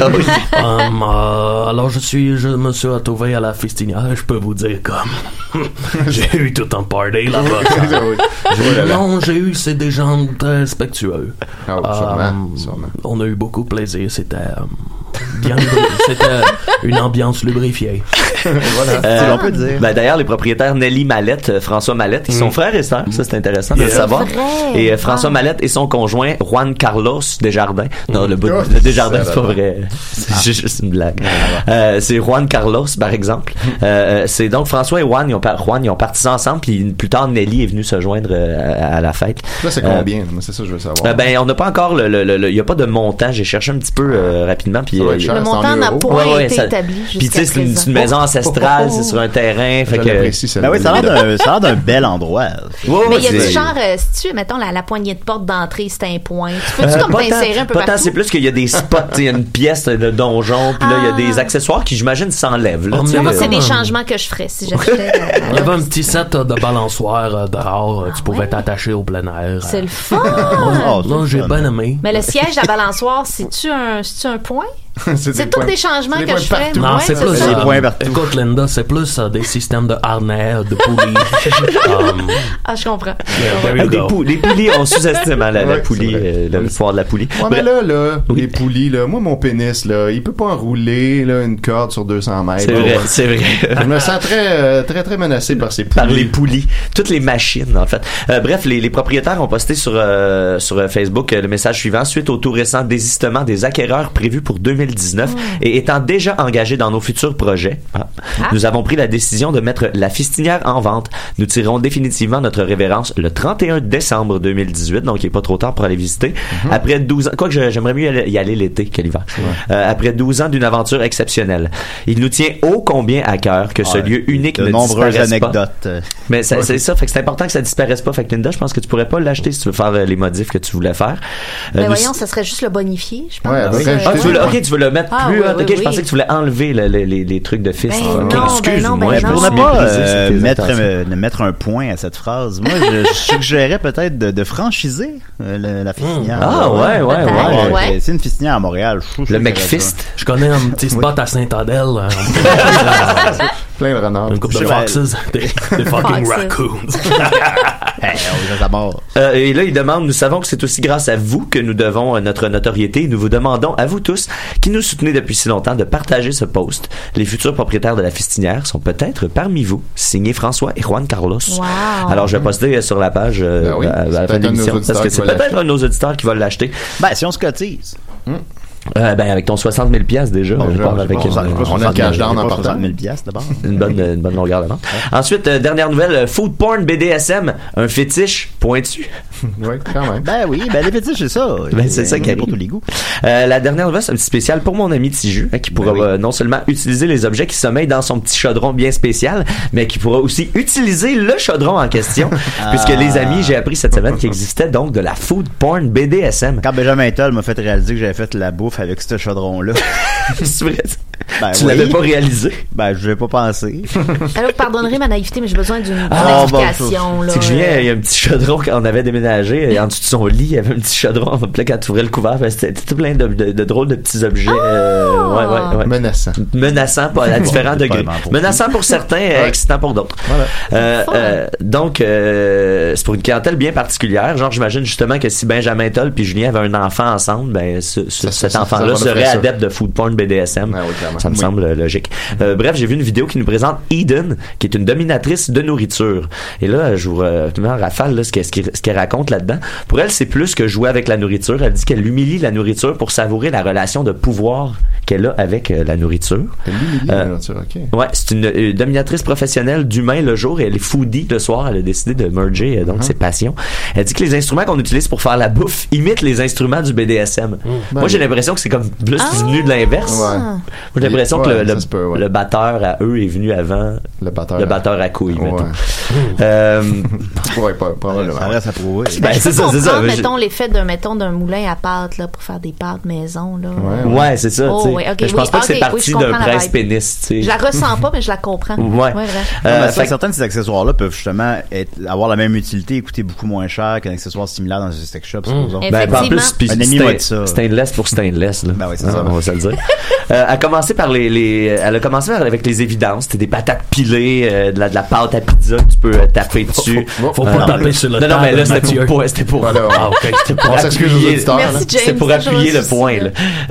Ah Hum, euh, alors je suis, je me suis retrouvé à la festinière, je peux vous dire comme j'ai eu tout un party là-bas. J'ai- Oh là là. non, j'ai eu, c'est des gens très respectueux. Ah sûrement, Hum, On a eu beaucoup de plaisir, c'était hum, bien, c'était une ambiance lubrifiée. Voilà. C'est on peut dire. ben, d'ailleurs, les propriétaires Nelly Mallette, euh, François Mallette, ils sont frères et sœurs. Ça, c'est intéressant de le C'est savoir. vrai. Et euh, François Ah. Mallette et son conjoint, Juan Carlos Desjardins. Non, le, bout- Oh, le Desjardins, c'est ça va pas pas. vrai. C'est juste une blague. Euh, c'est Juan Carlos, par exemple. Euh, euh, c'est donc François et Juan, ils ont, par- Juan, ils ont parti ça ensemble, puis plus tard, Nelly est venue se joindre euh, à, à la fête. Là, c'est Euh, combien? Moi, C'est ça que je veux savoir. euh, ben, on n'a pas encore le, le- le- le- il y a pas de montant. J'ai cherché un petit peu euh, rapidement, puis Ça doit euh, être cher, Le c'est en montant n'a euros. pas été établi Puis tu sais, jusqu'à c'est une, présent. c'est une maison Oh, ancestrale, oh, oh. c'est sur un terrain, fait Je l'apprécie, que. celle-là. Ben oui, ça a l'air d'un- ça a l'air d'un bel endroit. Mais il y a du genre, euh, si tu veux, mettons, la, la poignée de porte d'entrée, c'est un point. Tu peux-tu Euh, comme pas tant- t'insérer un peu pas tant, partout? c'est plus qu'il y a des spots, tu sais, il y a une pièce de donjon, puis là, il y a des accessoires qui, j'imagine, s'enlèvent. Oh, là, tu sais. euh, Moi, Ah. c'est euh, des changements que je ferais si j'achetais. euh, Il y avait un petit set euh, de balançoire euh, dehors, euh, tu pouvais t'attacher au plein air. euh. C'est le fun! Non, non, j'ai bien aimé. Mais le siège de la balançoire, c'est-tu un, c'est-tu un point? C'est tous des changements que je ferais. Non, Ouais, c'est plus. ça. euh, Écoute, Linda, c'est plus euh, des systèmes de harnais, de poulies. Um, Ah, je comprends. yeah, there you Ah, des go. pou- les poulies, on sous-estime hein, la, la Ouais, poulie, euh, le pouvoir de la poulie. Ouais, Ben, mais là, là, les poulies, là, moi, mon pénis, là, il peut pas enrouler, là, une corde sur 200 mètres. C'est vrai, c'est vrai. Je me sens très, euh, très, très menacé par ces poulies. par les poulies, toutes les machines en fait. Euh, bref, les, les propriétaires ont posté sur euh, sur euh, Facebook euh, le message suivant suite au tout récent désistement des acquéreurs prévu pour 2024 2019 et étant déjà engagés dans nos futurs projets, ah, Ah. nous avons pris la décision de mettre la fistinière en vente. Nous tirerons définitivement notre révérence le 31 décembre 2018, donc il n'est pas trop tard pour aller visiter. Mm-hmm. Après 12 ans, quoique je- j'aimerais mieux y aller- y aller l'été que l'hiver. Euh, après 12 ans d'une aventure exceptionnelle, il nous tient ô combien à cœur que ce Ouais. lieu unique De ne nombreuses disparaisse pas. Oh, ben anecdotes. Mais ça- c'est ça, fait que c'est important que ça disparaisse pas. Fait que Linda, je pense que tu pourrais pas l'acheter si tu veux faire euh, les modifs que tu voulais faire. Euh, Ben nous- voyons, ça serait juste le bonifier, je pense. Ah, Euh, tu veux le- ok, tu veux le mettre Ah, plus oui, haut. oui, Ok, je oui. pensais que tu voulais enlever le- le- les, les trucs de fils. hein. Ben Ok, non, ben non, ben excuse-moi, je non. me Pour suis ne pas méprisé, euh, c'était mettre, intention. euh, ne mettre un point à cette phrase, moi, je, je suggérais peut-être de, de franchiser euh, le- la fistinière. Ah, ouais, ouais, ouais. Ouais. C'est une fistinière à Montréal. je trouve que ça serait ça. Je connais un petit spot à Saint-Adèle. euh, Plein de renards. Une couple de Je- foxes. Des, des fucking Foxes. raccoons. Eh, Euh, et là, il demande, nous savons que c'est aussi grâce à vous que nous devons euh, notre notoriété. Nous vous demandons à vous tous qui nous soutenez depuis si longtemps de partager ce post. Les futurs propriétaires de la fistinière sont peut-être parmi vous. Signé François et Juan Carlos. Wow. Alors, je vais poster euh, sur la page euh, Ben oui, à- à, c'est la fin peut-être de un de nos l'émission parce auditeurs que qui c'est va peut-être l'acheter. un de nos auditeurs qui va l'acheter. Ben, si on se cotise. Euh, ben, avec ton 60 000 piastres déjà, on part avec on une- a on a le le cash down en en partant. 60 000 piastres d'abord. Une bonne, une bonne longueur d'avant. hein. Ensuite, euh, dernière nouvelle, euh, food porn BDSM, un fétiche pointu. oui, quand même. Ben oui, ben les fétiches, c'est ça. Ben, c'est ça qui pour arrive. tous les goûts. Euh, la dernière nouvelle, c'est un petit spécial pour mon ami Tiju, hein, qui pourra euh, non seulement utiliser les objets qui sommeillent dans son petit chaudron bien spécial, mais qui pourra aussi utiliser le chaudron en question, puisque les amis, j'ai appris cette semaine qu'il existait donc de la food porn BDSM. Quand Benjamin Toll m'a fait réaliser que j'avais fait la bouffe avec ce chaudron-là. c'est vrai. Ah Ben, tu oui. l'avais pas réalisé. Ben, je l'ai pas pensé. Alors, pardonnerez ma naïveté, mais j'ai besoin d'une Ah, bon, explication. là. euh. C'est que Julien, il y a un petit chaudron quand on avait déménagé, et en dessous de son lit, il y avait un petit chaudron. Puis là, quand tu ouvrais le couvert, ben, c'était tout plein de, de- de drôles de petits objets. euh, ouais, ouais, ouais. Menaçants. Menaçants, pas à différents C'est degrés. pas vraiment pour Menaçants pour certains, euh, excitants pour d'autres. Euh, euh, donc, euh, c'est pour une clientèle bien particulière. Genre, j'imagine justement que si Benjamin Toll puis Julien avaient un enfant ensemble, ben, ce- ce- cet ça- enfant-là ça leur ferait serait ça. adepte de food porn BDSM. ça me Oui. semble logique. Euh, bref, j'ai vu une vidéo qui nous présente Eden, qui est une dominatrice de nourriture. Et là, je vous remets en rafale là, ce qu'elle ce qu'elle- ce qu'elle raconte là-dedans. Pour elle, c'est plus que jouer avec la nourriture. Elle dit qu'elle humilie la nourriture pour savourer la relation de pouvoir qu'elle a avec euh, la nourriture. Euh, Ouais, c'est une, euh, dominatrice professionnelle d'humain le jour et elle est foodie le soir. Elle a décidé de merger euh, donc Ah. ses passions. Elle dit que les instruments qu'on utilise pour faire la bouffe imitent les instruments du BDSM. Moi, Ben j'ai oui. l'impression que c'est comme plus Ah! venu de l'inverse. Ouais. Moi, j'ai l'impression que le, Ouais, le- ça se peut, ouais. le batteur à eux est venu avant le batteur, à- à couilles. Ouais. mettons. Euh, Ouais, pas, probablement. Ça reste à prouver. Ben, ben, je c'est peux ça, c'est ça. comprendre, Je- mettons, l'effet d'un, mettons, d'un moulin à pâte, là, pour faire des pâtes maison, là. Ouais, c'est ça. Oh, tu sais. ouais, ok, Mais je pense oui, pas que ok, c'est oui, je parti d'un comprends la presse vibe. pénis. tu sais. Je la ressens pas, mais je la comprends. Ouais. Euh, vrai. Non, mais ça, fait que- certains de ces accessoires-là peuvent justement être- avoir la même utilité et coûter beaucoup moins cher qu'un accessoire similaire dans un sex shop. supposons. Ben, puis en plus, puis un ami stain- m'a dit ça. Ben stainless pour stainless. Là. oui, c'est Hein, ça. On va se le dire. Euh, elle, a commencé par les, les- elle a commencé par- avec les évidences. C'était des patates pilées, euh, de, la, de la pâte à pizza que tu peux euh, taper dessus. Euh, faut- faut pas taper sur Non, le non, mais table, là, c'était Mathieu. pour, pour- c'était pour, Ah, ok. c'était pour On s'excuse aux appuyer, auditeurs, Merci, là. James, c'était pour c'est toujours appuyer le un souci. point. là. Euh,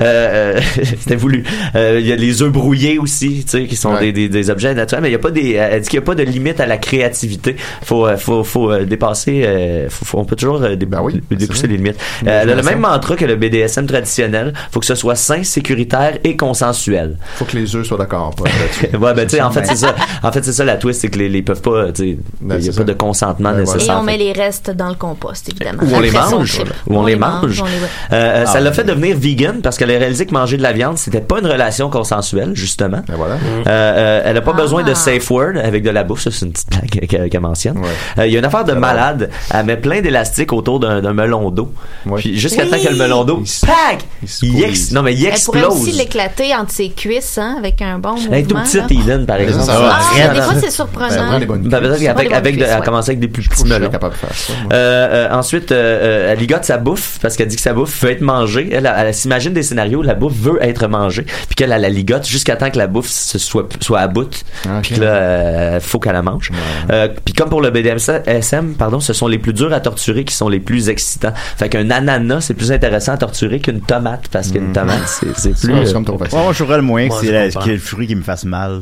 euh, c'était voulu. Euh, Il y a les œufs brouillés aussi, tu sais, qui sont des, des, des objets naturels, mais il y a pas des, elle dit qu'il n'y a pas de limite à la créativité. Faut, euh, faut, faut euh, dépasser, euh, faut- faut- on peut toujours euh, dé- Ben dépousser les limites. Euh, elle a le même mantra que le BDSM traditionnel. Faut que ce soit sain, sécuritaire et consensuel. Faut que les œufs soient d'accord. pas là-dessus. ouais, ben, tu sais, en fait, Ben. c'est ça. En fait, c'est ça la twist, c'est que les, les peuvent pas, tu sais, il n'y a pas de consentement Et nécessaire. on met les restes dans le compost, évidemment. Ou on les Après ça, mange. chip. Ou on, les mange. on les- ouais. Euh, euh, Ah, ça l'a ouais. fait devenir vegan parce qu'elle a réalisé que manger de la viande, c'était pas une relation consensuelle, justement. Ben Euh, euh, elle a Ah. pas besoin de safe word avec de la bouffe. Ça, c'est une petite blague que- qu'elle mentionne. Euh, Il y a une affaire de malade. Elle met plein d'élastiques autour d'un d'un melon d'eau. Puis jusqu'à Oui. temps que le melon d'eau, pack! Il ex- non, mais il Elle pourrait aussi explose. l'éclater entre ses cuisses, hein, avec un bon mouvement. Elle est tout petite, là. Eden, par exemple. ça, ça va. Ah, des fois, c'est surprenant. Ça prend les bonnes Ben, peut-être cuisses. qu'avec- Ça prend les avec bonnes de- cuisses, elle ouais. commence avec des plus petits melons. Euh, euh, ensuite, euh, euh, elle ligote sa bouffe parce qu'elle dit que sa bouffe veut être mangée. Elle, elle, elle s'imagine des scénarios où la bouffe veut être mangée, puis qu'elle elle la ligote jusqu'à temps que la bouffe se soit, soit à bout, puis que là, euh, faut qu'elle la mange. Euh, puis comme pour le BDSM, pardon, ce sont les plus durs à torturer qui sont les plus excitants. Fait qu'un ananas, c'est plus intéressant à torturer qu'une tomate parce qu'une tomate, c'est c'est plus... euh, Ouais, moi, je trouverais le moyen Moi, que c'est je la- comprends. qu'il y ait le fruit qui me fasse mal.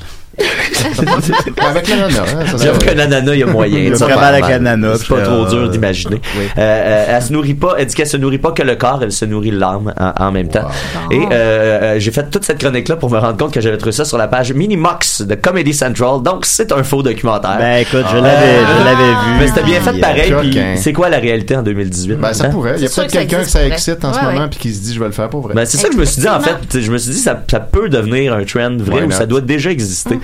Avec l'ananas. hein, ça J'avoue serait- que l'ananas, il y a moyen. Il y a Ça, pas par mal avec exemple. l'ananas, C'est pas puis, trop euh, dur d'imaginer. oui. Euh, euh, elle se nourrit pas, elle dit qu'elle se nourrit pas que le corps, elle se nourrit de l'âme en, en même temps. Et euh, euh, j'ai fait toute cette chronique-là pour me rendre compte que j'avais trouvé ça sur la page Minimox de Comedy Central. Donc, c'est un faux documentaire. Ben, écoute, je Euh, l'avais- je l'avais vu, Mais c'était bien puis, fait euh, pareil. puis choquant. c'est quoi la réalité en 2018? Ben, ça hein? pourrait. Il y a C'est sûr peut-être que ça quelqu'un que existe ça pour vrai. excite en ce Ouais, moment ouais. puis qui se dit, je vais le faire pour vrai. Ben, c'est ça que je me suis dit, en fait. Je me suis dit, ça, ça peut devenir un trend vrai Why ou ça not? doit déjà exister.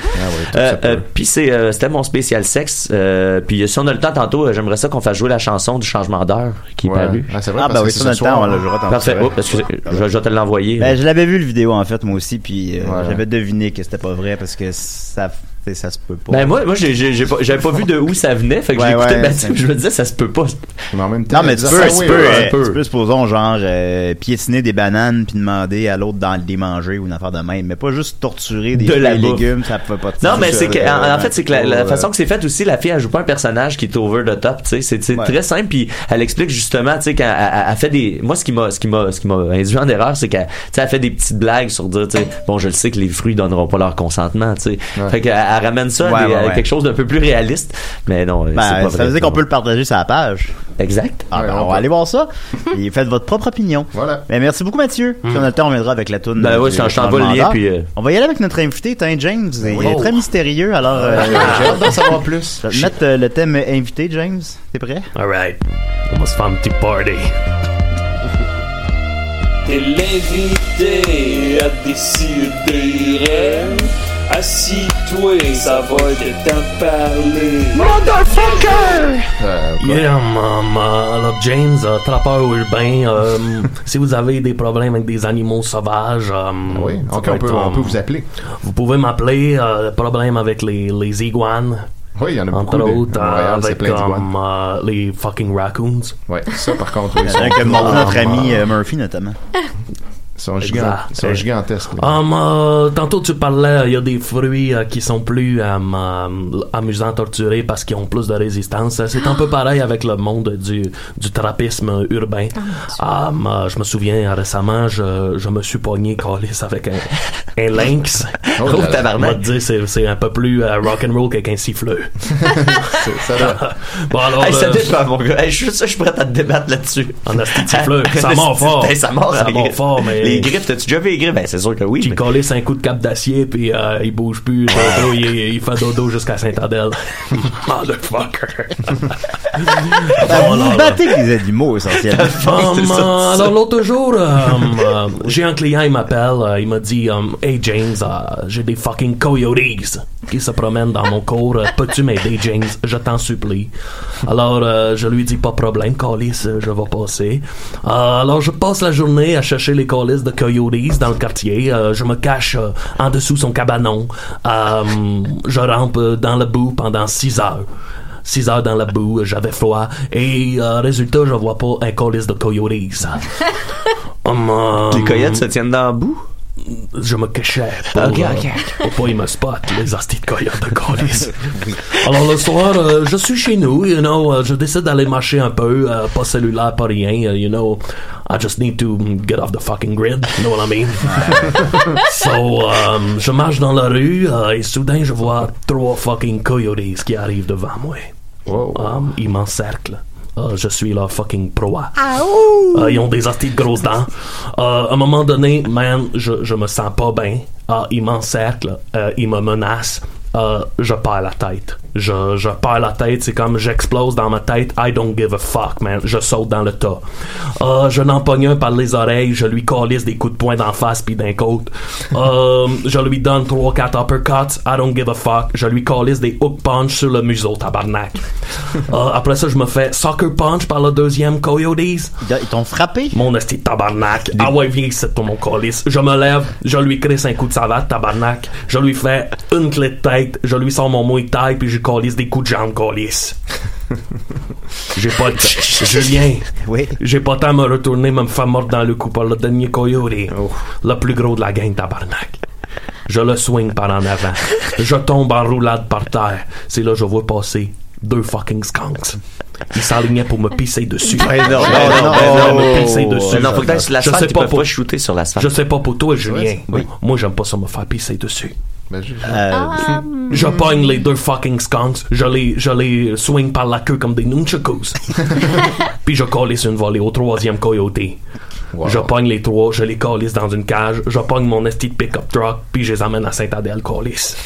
Euh, euh, Puis c'est, euh, c'était mon spécial sexe. Euh, Puis si on a le temps tantôt, euh, j'aimerais ça qu'on fasse jouer la chanson du changement d'heure qui est Ouais. parue. Ah, c'est vrai, Ah, parce ben que oui, c'est ça, on a ce le soir. temps, on l'a jouera tantôt, c'est Parfait. vrai. Oh, excusez, je, je vais te l'envoyer. Ben, je l'avais vu le vidéo en fait moi aussi puis euh, j'avais deviné que c'était pas vrai parce que ça tu sais, ça se peut pas. Ben, moi, moi j'ai, j'ai- j'ai pas- j'avais pas vu de où ça venait, fait que Ouais, je l'écoutais ouais, battre, c'est- je me disais ça se peut pas. non mais tu ça, peux, oui, tu oui, peux, un euh, peu. tu peux, supposons genre euh, piétiner des bananes puis demander à l'autre d'en les manger ou une affaire de même, mais pas juste torturer des De fruits la et bouffe. légumes, ça peut pas. Non, mais c'est que, en, euh, en fait, c'est que la, la Ouais. façon que c'est fait aussi, la fille, elle joue pas un personnage qui est over the top, tu sais. C'est c'est Ouais. très simple, puis elle explique justement, tu sais, qu'elle elle- elle- elle fait des. Moi, ce qui m'a, ce qui m'a, ce qui m'a induit en erreur, c'est qu'elle, tu sais, elle fait des petites blagues sur dire, tu sais, bon, je le sais que les fruits donneront pas leur consentement, tu sais. Fait qu'elle elle ramène ça à Ouais, des- ouais, à ouais. quelque chose d'un peu plus réaliste, mais non, Ben, c'est pas ça veut vrai. dire qu'on peut le partager sur la page. Exact. Ah, ben, on va aller voir ça. Et faites votre propre opinion. Voilà. Ben, merci beaucoup, Mathieu. Si on a le temps, on viendra avec la toune. Hmm. Ben ouais, du je t'en- je t'envoie le lien, changement puis, d'heure. euh, On va y aller avec notre invité, Tim James. Il Oui. est Oh. très mystérieux, alors. euh, J'ai hâte d'en savoir plus. Je vais te mettre euh, le thème invité, James. T'es prêt? Alright. On va se faire un petit party. T'es l'invité à décider. Assis-toi, ça va de t'en parler. Motherfucker! Euh, Yeah, um, euh, alors James, euh, trappeur urbain, euh, si vous avez des problèmes avec des animaux sauvages, euh, ça Ah ok, peut on être, peut- on euh, peut vous appeler. Vous pouvez m'appeler. euh, problème avec les, les iguanes. Oui, il y en a Entre beaucoup de- autres, euh, Montréal, c'est avec plein d'iguanes. euh, euh, les fucking raccoons. Ouais, ça par contre, oui, Il y ils en a sont- que mon- Ah, notre ah, ami euh, Murphy, notamment. Ils sont, gigant- ils sont gigantesques. là. Um, euh, tantôt tu parlais, il y a des fruits euh, qui sont plus um, euh, amusants à torturer parce qu'ils ont plus de résistance. C'est un peu pareil avec le monde du, du trappisme urbain. Um, euh, je me souviens euh, récemment, je, je me suis pogné câlisse, avec un, un lynx. Euh, Oh là là. Oh, tabarnak. On va te dire, c'est, c'est un peu plus euh, rock'n'roll qu'un siffleux. bon, alors, Hey, ça euh, dépend, mon gars. Hey, je suis sûr que je suis prêt à te débattre là-dessus. En astitifleur, ça mord fort. Hey, Ça mord, Ça les mord griffes. fort, mais- Les griffes, t'as-tu déjà vu les griffes? Ben, c'est sûr que oui. Tu collé un coup de cap d'acier, puis euh, il bouge plus. Tantôt, il, il fait dodo jusqu'à Saint-Adèle. Motherfucker. Ben, vous vous battez avec les animaux, essentiellement. Um, euh, alors l'autre jour, euh, euh, j'ai un client, il m'appelle, euh, il m'a dit um, Hey James, euh, j'ai des fucking coyotes qui se promènent dans mon corps. Euh, Peux-tu m'aider, James Je t'en supplie. Alors euh, je lui dis Pas de problème, colis, euh, je vais passer. Euh, alors je passe la journée à chercher les colis de coyotes dans le quartier. Euh, je me cache euh, en dessous son cabanon. Euh, je rampe euh, dans le boue pendant six heures. 6 heures dans la boue, j'avais froid, et euh, résultat, je vois pas un colis de coyotes. Hum, euh, Les coyotes se tiennent dans la boue? Ah, Je me cachais. Pour, Ok, euh, ok. pour pas ils me spotent, les astis de coyotes de colis. Alors le soir, euh, je suis chez nous, you know, euh, je décide d'aller marcher un peu, euh, pas cellulaire, pas rien, euh, you know, I just need to get off the fucking grid, you know what I mean? so, euh, je marche dans la rue, euh, et soudain, je vois trois fucking coyotes qui arrivent devant moi. Um, ils m'encerclent. Euh, je suis leur fucking proie. Euh, ils ont des hosties de grosses dents. Euh, à un moment donné, man, je, je me sens pas bien. Ah, ils m'encerclent, euh, ils me menacent. Euh, je perds la tête. Je, je perds la tête, c'est comme j'explose dans ma tête. I don't give a fuck, man. Je saute dans le tas. Euh, je l'empogne un par les oreilles, je lui colisse des coups de poing d'en face puis d'un côte. Euh, je lui donne 3-4 uppercuts. I don't give a fuck. Je lui colisse des hook punch sur le museau, tabarnak. Euh, après ça, je me fais soccer punch par le deuxième Coyotes. Ils t'ont frappé? Mon esti de tabarnak. Ah ouais, viens ici, toi, mon colis. Je me lève, je lui crisse un coup de savate, tabarnak. Je lui fais une clé de tête, je lui sors mon mouille taille, puis je lui colisse des coups de jambe, colis. J'ai pas de... Julien, oui. j'ai pas tant me retourner, me faire mordre dans le cou par le dernier coyote. Le plus gros de la gang, tabarnak. Je le swing par en avant. Je tombe en roulade par terre. C'est là que je vois passer deux fucking skunks. Ils s'alignaient pour me pisser dessus. Ben non, ben non, ben Ils s'alignaient pour non. me pisser dessus. Ah, Ben non, faut que t'ailles sur l'asphalte, Je sais ils pas peuvent pour- pas shooter sur l'asphalte. Je sais pas pour toi, Julien. Oui. Moi, j'aime pas ça me faire pisser dessus. Ben, Je pogne les deux fucking skunks, je les, je les swing par la queue comme des nunchakus. Puis je colisse une volée au troisième coyote. Je pogne les trois, je les colisse dans une cage, je pogne mon esti de pick-up truck, puis je les amène à Saint-Adèle, colisse.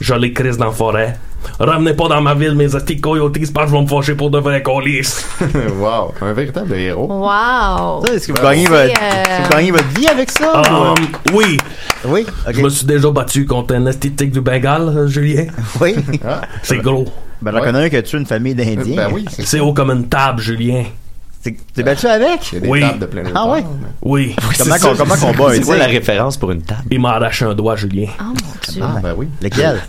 je les crisse dans la forêt. Ramenez pas dans ma ville mes esti de coyotes, parce que je vais me fâcher pour de vrai colisse. wow, un véritable héros. Wow! Est-ce que vous gagnez votre, euh, est-ce que vous gagnez votre vie avec ça? Um, ou- oui. Oui. Je me suis déjà battu contre un esthétique du Bengale, euh, Julien. Oui. Ah. hein? C'est gros. Ben, j'en connais un qui a tué une famille d'Indiens. Ben oui, c'est C'est haut comme une table, Julien. T'es battu avec? des Oui. tables de plein Ah aéroport, ouais? Oui. c'est Comment ça, qu'on- comment c'est- qu'on bat un c'est quoi tigre? la référence pour une table? Il m'a arraché un doigt, Julien. Oh mon dieu. Ah, ben oui. Lequel?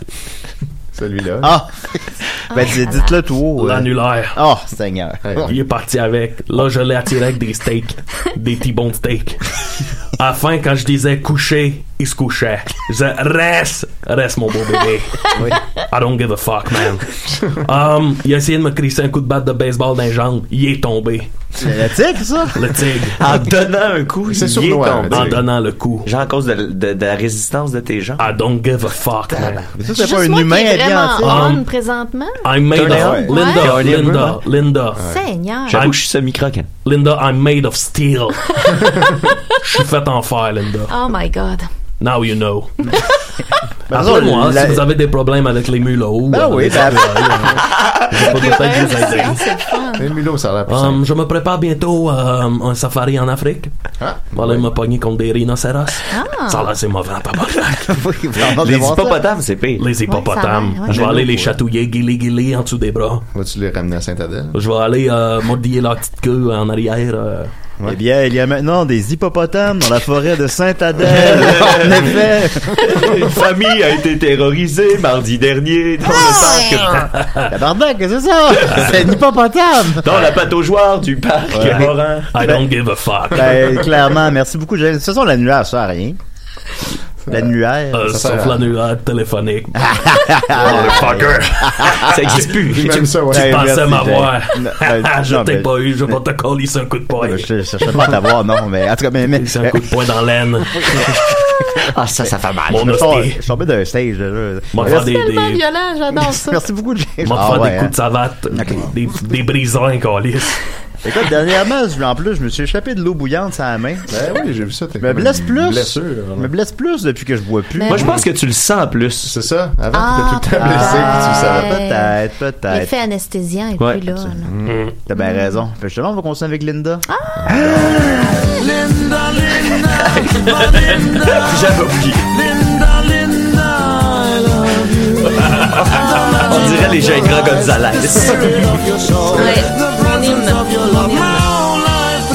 Celui-là. Ah! ben, dis- dites-le tout haut. euh. L'annulaire. Oh, Seigneur. Il est parti avec. Là, je l'ai attiré avec des steaks. Des T-bone steaks. À la fin, quand je disais coucher, il se couchait. Je disais reste, reste mon beau bébé. I don't give a fuck, man. Um, il a essayé de me crisser un coup de batte de baseball dans les jambes. Il est tombé. Le tigre, ça? Le tigre. En donnant un coup, C'est il sur est noir, tombé. en donnant le coup. Genre à cause de, de- de la résistance de tes gens. I don't give a fuck, man. Ça, Juste moi qui est vraiment on présentement. I'm made Turn it of on. Linda, Ouais. Linda, Linda. Seigneur. J'avoue que je suis semi-croquant. Linda, I'm made of steel. Je suis fait en fer, Linda. Oh my god. Now you know. Ben, Appelez-moi la- si vous avez des problèmes avec les mulots. Ben avec oui, les ben- oreilles, euh, j'ai pas de tête, je vous aide. Les mulots, ça a l'air plus Um, simple. je me prépare bientôt euh, un safari en Afrique. Ah. Je vais aller me pogner contre des rhinocéros. Ah. Ça là, c'est mauvais en tabarnak. Les hippopotames, c'est pire. Les hippopotames. ça a l'air, ouais. Je vais aller Ouais. les chatouiller guilly-guilly en dessous des bras. Vas-tu les ramener à Sainte-Adèle? Je vais aller euh, mordiller leur petite queue en arrière. euh. Eh bien, il y a maintenant des hippopotames dans la forêt de Sainte-Adèle. en effet. Une famille a été terrorisée mardi dernier dans Ah, le parc. Tabarnak, qu'est-ce que c'est ça? C'est un hippopotame. Dans la pataugeoire du parc Ouais. Morin. I don't give a fuck. Ben, clairement, merci beaucoup. James. De toute façon, l'annulaire, ça sert à rien. L'annulaire. Euh, ça sert sauf à- l'annulaire téléphonique. Motherfucker. Ah! Ça existe plus. Tu, Même ça, ouais. tu Hey, pensais merci, m'avoir. Jack. Non, ben, je non, t'ai mais- pas eu, je vais te colisser un coup de poing. Je cherchais pas à t'avoir, non, mais en tout cas, mais. mais- C'est un coup de poing dans l'aine. Ah, ça, ça fait mal. Mon je, me sens- hostie. je suis tombé d'un stage. Là. M'a fait Merci, des, Tellement des, violent, j'adore ça. merci beaucoup, James. m'a Ah, fait ouais, des hein. coups de savate, des, des brisons, calice. Écoute, dernièrement, je- en plus, je me suis échappé de l'eau bouillante sur la main. Ben oui, j'ai vu ça. Je t'as me comme blesse une plus. Blessure. Je me blesse plus depuis que je bois plus. Moi, je pense que tu le sens plus. C'est ça? Avant, Ah, t'étais tout le temps blessé, puis tu le savais pas. Peut-être, peut-être. L'effet anesthésiant et Ouais, puis là. là. T'as bien raison. Fait Justement, on va continuer avec Linda. J'avais oublié. On dirait les jeunes grands Gonzalez. Ah. ah,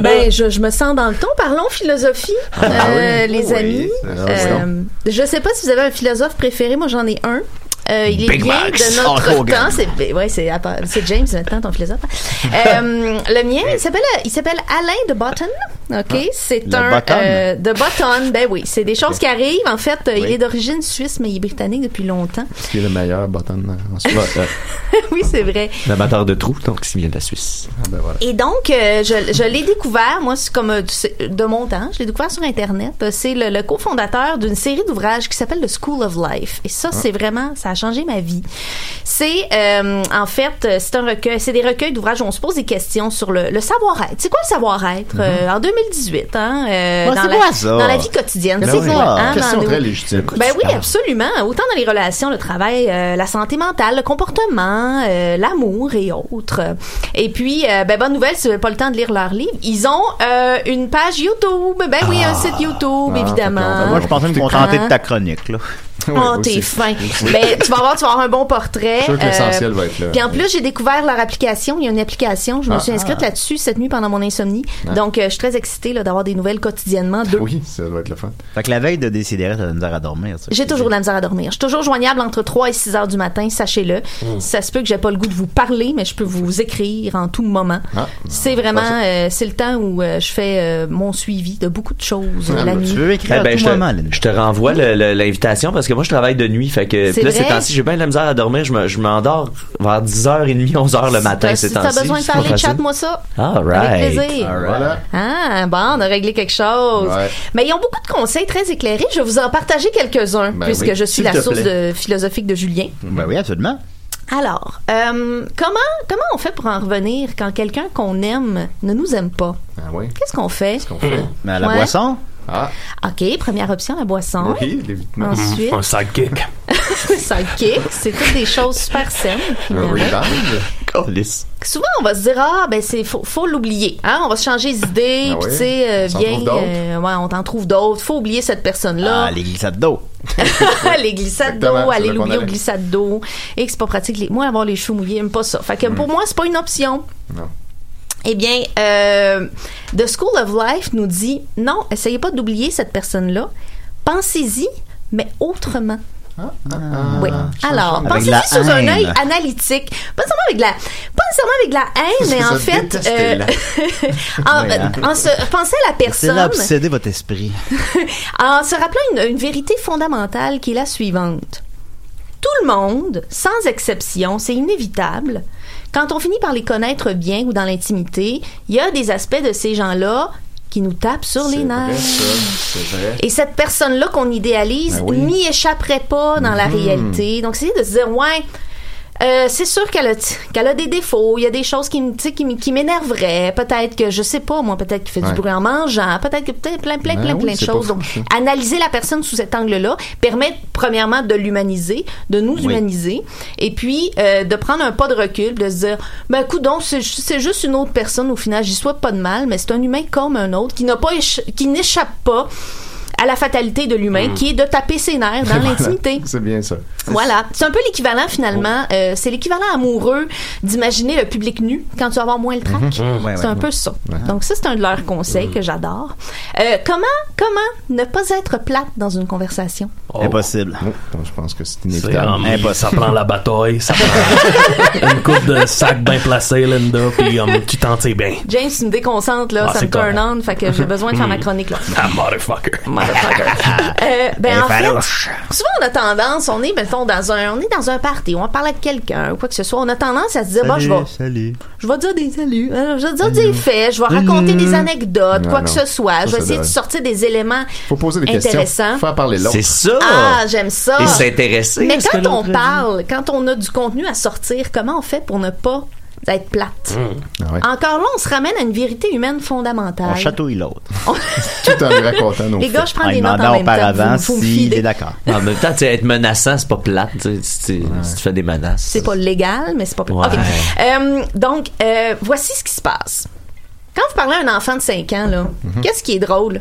Ben, je, je me sens dans le ton. Parlons philosophie, Ah, ben euh, les amis. Euh, je sais pas si vous avez un philosophe préféré. Moi, j'en ai un. Euh, il est Big bien Max. de notre Hulk Hogan. temps. C'est ben, ouais, c'est à part- c'est James maintenant ton philosophe. Euh, le mien, il s'appelle il s'appelle Alain de Botton. Ok, c'est Ah. Le un Botton. euh, de Botton. Ben oui, c'est des choses qui arrivent. En fait, euh, il est d'origine suisse mais il est britannique depuis longtemps. Ce qui est le meilleur button en Suisse. oui, c'est vrai. L'amateur de trous, donc, s'il vient de la Suisse. Ah, ben voilà. Et donc, euh, je, je l'ai découvert, moi, c'est comme euh, tu sais, de mon temps, je l'ai découvert sur Internet. Euh, C'est le, le cofondateur d'une série d'ouvrages qui s'appelle The School of Life. Et ça, Ah. c'est vraiment, ça a changé ma vie. C'est, euh, en fait, euh, c'est un recueil, c'est des recueils d'ouvrages où on se pose des questions sur le, le savoir-être. C'est quoi le savoir-être Mm-hmm. euh, en 2018, hein, euh, Ouais, dans, c'est la, quoi ça? dans la vie quotidienne? Ben C'est oui. Ah, quoi, hein, Question dans nos- très légitime. ben oui, absolument. Autant dans les relations, le travail, euh, la santé mentale, le comportement, euh, l'amour et autres. Et puis, euh, ben bonne nouvelle, si vous n'avez pas le temps de lire leur livre, ils ont euh, une page YouTube. Ben oui, un site YouTube, Ah, fait évidemment. qu'on Moi, je pensais me contenter de ta chronique, là. Oh, t'es fin. Ben, tu vas voir, tu vas avoir un bon portrait. Je suis sûr que Euh, l'essentiel va être là. Puis en plus, j'ai découvert leur application. Il y a une application. Je me Ah. suis inscrite là-dessus cette nuit pendant mon insomnie. Ah. Donc, euh, je suis très excitée là, d'avoir des nouvelles quotidiennement d'eux. Oui, ça doit être le fun. Fait que la veille de décider, t'as de la misère à dormir. ça. J'ai toujours de la misère à dormir. Je suis toujours joignable entre 3 et 6 heures du matin, sachez-le. Hmm. Ça se peut que j'ai pas le goût de vous parler, mais je peux vous écrire en tout moment. Ah. C'est vraiment, euh, c'est le temps où euh, je fais euh, mon suivi de beaucoup de choses Ah, la bah, nuit. Tu veux écrire Eh ben, Ah, à tout je, te, moment, Linda. je te renvoie le- le- l'invitation parce que moi, je travaille de nuit. Fait que, C'est puis là, ces vrai? temps-ci, j'ai bien de la misère à dormir. Je me- je m'endors vers 10h30, 11h le matin, T'as- ces Si t'as temps-ci. besoin de C'est pas parler, facile. chatte-moi ça. All right. Avec plaisir. All right. Voilà. Ah, bon, on a réglé quelque chose. Mais ils ont beaucoup de conseils très éclairés. Je vais vous en partager quelques-uns, Ben puisque oui, je suis s'il la te source plaît. de- philosophique de Julien. Ben oui, absolument. Alors, euh, comment, comment on fait pour en revenir quand quelqu'un qu'on aime ne nous aime pas? Ah oui. Qu'est-ce qu'on fait? Mais à la Ouais. boisson? Ah. OK, première option, la boisson. Oui, évidemment. Ensuite. Un sidekick. Sidekick, c'est toutes des choses super saines. Un Ah finalement. Souvent, on va se dire, ah, ben, c'est, faut, faut l'oublier. Hein? On va se changer les idées, Ah puis, oui. tu sais, euh, On s'en viens, trouve d'autres. euh, ouais, on t'en trouve d'autres. Faut oublier cette personne-là. Ah, les glissades d'eau. les glissades Exactement, d'eau, c'est aller là qu'on l'oublier aux allait. glissades d'eau. Et que c'est pas pratique. Les... Moi, avoir les cheveux mouillés, j'aime pas ça. Fait Mm. que pour moi, c'est pas une option. Non. Eh bien, euh, The School of Life nous dit non, essayez pas d'oublier cette personne-là. Pensez-y, mais autrement. Ah, Ah, oui. Alors, Avec pensez-y la sous un haine. œil analytique. Pas nécessairement avec la, pas nécessairement avec la haine, mais Ça, en ça fait, détestait, euh, en, Ouais, hein. en se, pensez à la C'est là personne. obséder votre esprit. en se rappelant une, une vérité fondamentale qui est la suivante. Tout le monde, sans exception, c'est inévitable. Quand on finit par les connaître bien ou dans l'intimité, il y a des aspects de ces gens-là qui nous tapent sur les nerfs. C'est vrai. Et cette personne-là qu'on idéalise Ben oui. n'y échapperait pas dans la Mhm. réalité. Donc, c'est de se dire, ouais. euh, c'est sûr qu'elle a, qu'elle a des défauts. Il y a des choses qui, me- tu sais, qui, m- qui m'énerveraient. Peut-être que, je sais pas, moi, peut-être qu'il fait Ouais. du bruit en mangeant. Peut-être que peut-être plein, plein, Ben plein, oui, plein de c'est pas choses. fou, Donc, ça. analyser la personne sous cet angle-là permet, premièrement, de l'humaniser, de nous Oui. humaniser. Et puis, euh, de prendre un pas de recul, de se dire, ben, coudonc, c'est ju- c'est juste une autre personne au final. J'y souhaite pas de mal, mais c'est un humain comme un autre qui n'a pas, éch- qui n'échappe pas à la fatalité de l'humain Mm. qui est de taper ses nerfs dans Voilà. l'intimité. C'est bien ça. Voilà, c'est un peu l'équivalent finalement, euh, c'est l'équivalent amoureux d'imaginer le public nu quand tu vas avoir moins le trac. Mhm. Ouais, ouais, c'est un ouais. peu ça. Ouais. Donc ça c'est un de leurs conseils que j'adore. Euh, comment comment ne pas être plate dans une conversation Impossible. je pense que c'est inévitable. Impossible. Ça prend la bataille, ça prend une coupe de sac bien placé, Linda, puis um, tu t'en tires bien. James, tu me déconcentres là, Ah, ça c'est me turn correct. on, fait que j'ai besoin de faire ma Mm. chronique là. Ah, motherfucker. Euh, ben, Elle en fait, farouche. souvent on a tendance, on est mettons dans un, on est dans un party, on parle à quelqu'un ou quoi que ce soit, on a tendance à se dire bon je vais Salut. Je vais dire des saluts, euh, je vais dire des faits, je vais raconter Salut. des anecdotes, Non, quoi non. que ce soit. Ça, je vais ça essayer de doit- sortir des éléments Faut poser des questions. intéressants. Faut faire parler l'autre. C'est ça. Ah, j'aime ça. Et s'intéresser Mais à ce que quand on l'autre a dit. parle, quand on a du contenu à sortir, comment on fait pour ne pas être plate? Hmm. Ah Encore là, on se ramène à une vérité humaine fondamentale. On chatouille l'autre. Tout en lui racontant nos Les gars, faits. je prends En des lui notes en demandant même temps, auparavant vous- vous me s'il filez. est d'accord. En même temps, tu sais, être menaçant, c'est pas plate. tu sais, Si tu si tu fais des menaces. C'est pas légal, mais c'est pas pire. Ouais. OK. Euh, donc, euh, voici ce qui se passe. Quand vous parlez à un enfant de 5 ans, là, Mhm. qu'est-ce qui est drôle?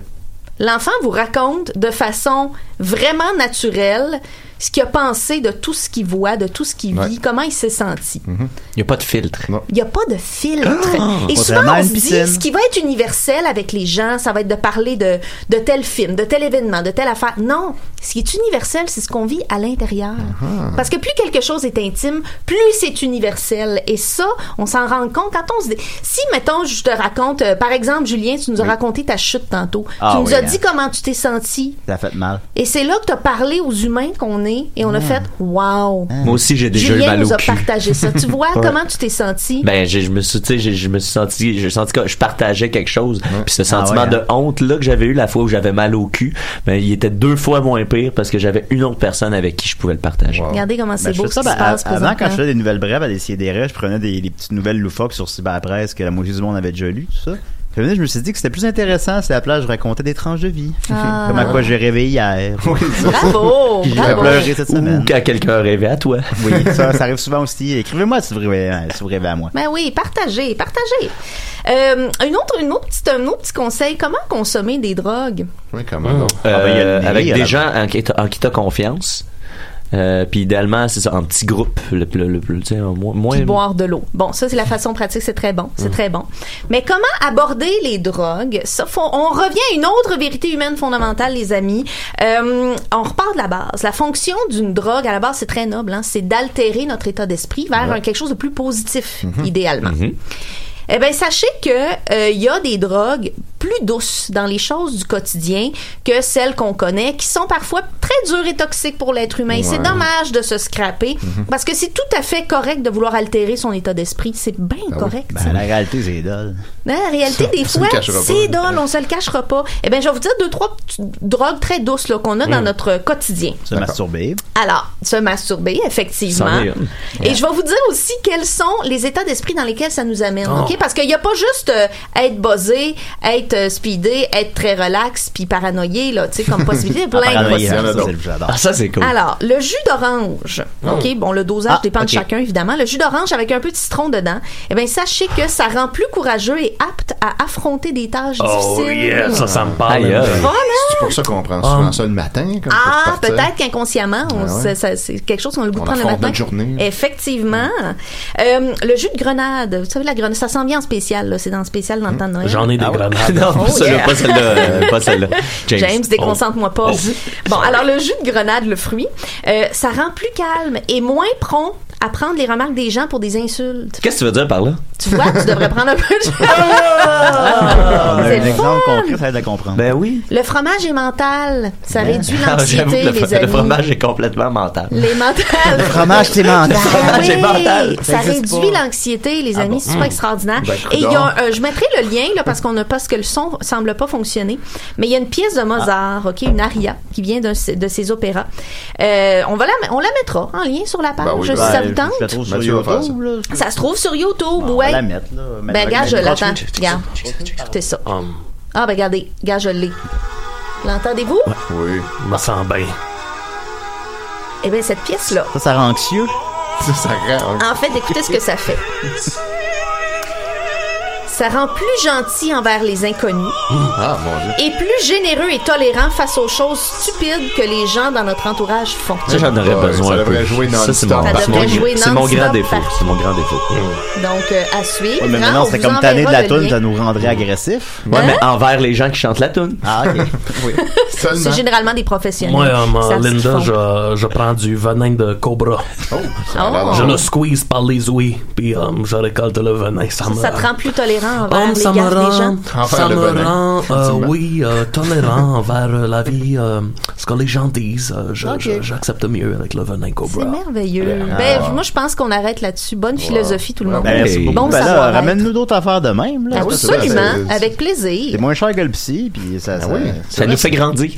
L'enfant vous raconte de façon vraiment naturelle ce qu'il a pensé de tout ce qu'il voit, de tout ce qu'il Ouais. vit, comment il s'est senti. Il n'y a pas de filtre. Il n'y a pas de filtre. Ah! Et souvent, Contrairement à on une se dit, piscine. ce qui va être universel avec les gens, ça va être de parler de, de tel film, de tel événement, de telle affaire. Non, ce qui est universel, c'est ce qu'on vit à l'intérieur. Ah. Parce que plus quelque chose est intime, plus c'est universel. Et ça, on s'en rend compte quand on se dit... Si, mettons, je te raconte... euh, par exemple, Julien, tu nous as raconté ta chute tantôt. Ah tu nous oui, as hein. dit comment tu t'es senti. Ça fait mal. Et c'est là que tu as parlé aux humains qu'on est et on a fait « Wow! Moi aussi, Ah. j'ai déjà eu Julien mal au nous a cul. partagé ça. Tu vois Ouais. comment tu t'es senti? Ben, j'ai- je me suis, tu sais, j'ai- je me suis senti, j'ai senti que je partageais quelque chose. Puis ce sentiment ouais, de honte là que j'avais eu la fois où j'avais mal au cul, ben, il était deux fois moins pire parce que j'avais une autre personne avec qui je pouvais le partager. Regardez comment Ah, c'est Ben, je beau fais ce qui ben, se passe à- Avant, quand présentement. je faisais des nouvelles brèves à des rêves, je prenais des, des petites nouvelles loufoques sur Cyberpresse que la moitié du monde avait déjà lu, tout ça. Puis, à un moment donné, je me suis dit que c'était plus intéressant si à la place je racontais des tranches de vie. Ah. Comme à quoi j'ai rêvé hier. Bravo! Puis j'ai bravo. pleuré cette semaine. Ou quand quelqu'un rêvait à toi. Oui, ça, ça arrive souvent aussi. Écrivez-moi si vous rêvez, hein, si vous rêvez à moi. Ben oui, partagez, partagez. Euh, une autre, une autre petite, un autre petit conseil, comment consommer des drogues? Oui, Euh, comment avec des gens en qui t'as- en qui t'as confiance. Euh, puis idéalement, c'est ça, en petit groupe, le, le, le- le- tu sais, moins, moins- Puis boire de l'eau. Bon, ça c'est la façon pratique, c'est très bon, c'est Mm. très bon. Mais comment aborder les drogues Ça, faut- on revient à une autre vérité humaine fondamentale, les amis. Euh, on repart de la base. La fonction d'une drogue à la base, c'est très noble, hein, c'est d'altérer notre état d'esprit vers Ouais. un- quelque chose de plus ben, positif, idéalement. Eh bien, sachez que euh, il y a des drogues plus plus douce dans les choses du quotidien que celles qu'on connaît, qui sont parfois très dures et toxiques pour l'être humain. Ouais. C'est dommage de se scraper Mhm. parce que c'est tout à fait correct de vouloir altérer son état d'esprit. C'est bien correct. ça. Ben, la réalité, c'est idole. Hein, la réalité, Ça, des on se le fois, cachera pas. c'est dole, on se le cachera pas. Eh bien, je vais vous dire deux, trois petites drogues très douces là, qu'on a dans Mm. notre quotidien. Se masturber. Alors, se masturber, effectivement. C'en est une. Et je vais vous dire aussi quels sont les états d'esprit dans lesquels ça nous amène, Ah. Oh. ok Parce qu'il n'y a pas juste euh, être buzzé, être euh, speedé, être très relax, puis paranoïé, là, tu sais, comme possibilité, Il y a plein de possibilités. hein. Ah, ça, c'est cool. Alors, le jus d'orange. Oh. OK, bon, le dosage Ah, dépend ok. de chacun, évidemment. Le jus d'orange avec un peu de citron dedans, eh bien, sachez que ça rend plus courageux et apte à affronter des tâches Oh difficiles. yeah, ça, ça me parle. Aïe, aïe. Voilà. C'est pour ça qu'on Ah. prend souvent ça le matin. Comme Ah, pour partir. peut-être qu'inconsciemment, on- Ah ça- ouais. ça- c'est quelque chose qu'on a le goût On de prendre le affronte matin. notre Mm. journée. Effectivement. Euh, le jus de grenade, vous savez, la grenade, ça sent bien en spécial, là. c'est dans le spécial dans le Mm. temps de Noël. J'en ai des grenades. Non, Oh, celle-là, yeah. pas celle-là. euh, pas celle-là. James, Oh. déconcentre-moi Oh. pas. Bon, alors le jus de grenade, le fruit, euh, ça rend plus calme et moins prompt à prendre les remarques des gens pour des insultes. Qu'est-ce que tu veux dire par là? Tu vois, tu devrais prendre un peu de... C'est On a Ah! un le exemple fun. concret, ça aide à comprendre. Ben oui. Le fromage est mental, ça réduit Ah, J'avoue que l'anxiété, le, les fro- le amis. fromage est complètement mental. Les mentales. Le fromage, c'est mental. Le fromage est Oui, mental. Ça Ça existe réduit pas. l'anxiété, Ah les amis. bon? C'est Hmm. super Mm. extraordinaire. Ben, Et il y a, coudonc. un- euh, je mettrai le lien, là, parce qu'on n'a pas, parce que le son semble pas fonctionner. Mais il y a une pièce de Mozart, Ah. OK, une aria, qui vient d'un de ses opéras. Euh, on va la, on la mettra en lien sur la page, Ben oui, si ben, ça vous je- tente. je la trouve sur Mathieu va faire YouTube, ça. Ça se trouve sur YouTube, On ouais. va la mettre, là. Ben, gars, je l'attends. Regarde. Écoutez ça. Hum, Ah, ben, regardez. Gars, je l'ai. L'entendez-vous? oui. Me sens bien. Eh bien, cette pièce-là, Ça, ça rend anxieux. Ça, ça rend En fait, écoutez ce que ça fait. Ça rend plus gentil envers les inconnus Ah, mon Dieu. et plus généreux et tolérant face aux choses stupides que les gens dans notre entourage font. Ça, j'en aurais Ouais, besoin ça un peu. devrait jouer Ça, c'est non-stop. mon, Ça c'est mon- devrait jouer c'est mon non-stop grand défaut. partout. C'est mon grand défaut. Donc, euh, à suivre. Ouais, mais hein, maintenant, on c'est vous comme tanné de enverra la le toune, hein? lien. Hein? ça nous rendrait agressif. Ouais, mais envers les gens qui chantent la toune. Ah, ok. oui. C'est généralement des professionnels. Moi, euh, qui savent ce qu'ils Linda, Hein? font. je, je prends du venin de cobra. Oh, a l'air Je bon. le squeeze par les ouïes, puis euh, je récolte le venin. Ça, me, Ça euh, te rend plus tolérant Hum, envers les ça me gardes des gens. rend, ça le me venin. rend, euh, Effectivement. oui, euh, tolérant envers euh, la vie. euh, ce que les gens disent, euh, je- je- j'accepte mieux avec le venin cobra. C'est merveilleux. Ah. Ben, moi, je pense qu'on arrête là-dessus. Bonne philosophie, tout le monde. Ben, merci beaucoup. Ah Bon Ben là, savoir-être. Ah, ramène-nous d'autres affaires de même. Là. Absolument, avec C'est plaisir. moins cher que le psy, puis ça, ça, Ça nous fait grandir.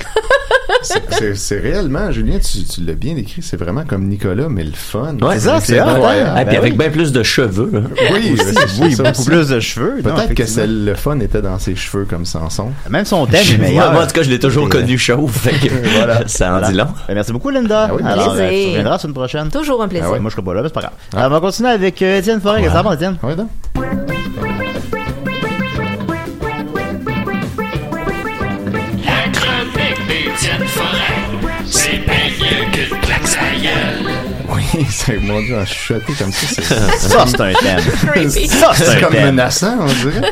C'est- C'est réellement, Julien, tu, tu l'as bien décrit, c'est vraiment comme Nicolas, mais le fun. incroyable. Et Ah, puis avec bien plus de cheveux. hein. Oui, Aussi. c'est Oui, ça beaucoup aussi. plus de cheveux, non, Peut-être que effectivement. c'est le fun était dans ses cheveux comme Samson. Même son thème est meilleur. Moi, en tout cas, je l'ai toujours connu chauve. fait que Ça en dit long. Ben, merci beaucoup, Linda. oui, Alors, plaisir. euh, tu reviendras la semaine prochaine. Toujours un plaisir. Ah ouais, moi, je serai pas là, mais c'est pas grave. Alors, on va continuer avec euh, Étienne Forêt. Qu'est-ce que ça va, Étienne? Oui, La chronique d'Étienne Forêt, c'est bien mieux que de claque sa gueule. Oui, c'est mon dieu, en chuchoté comme ça. c'est- Ça, c'est un thème. Ça, c'est un C'est comme thème. menaçant, on dirait.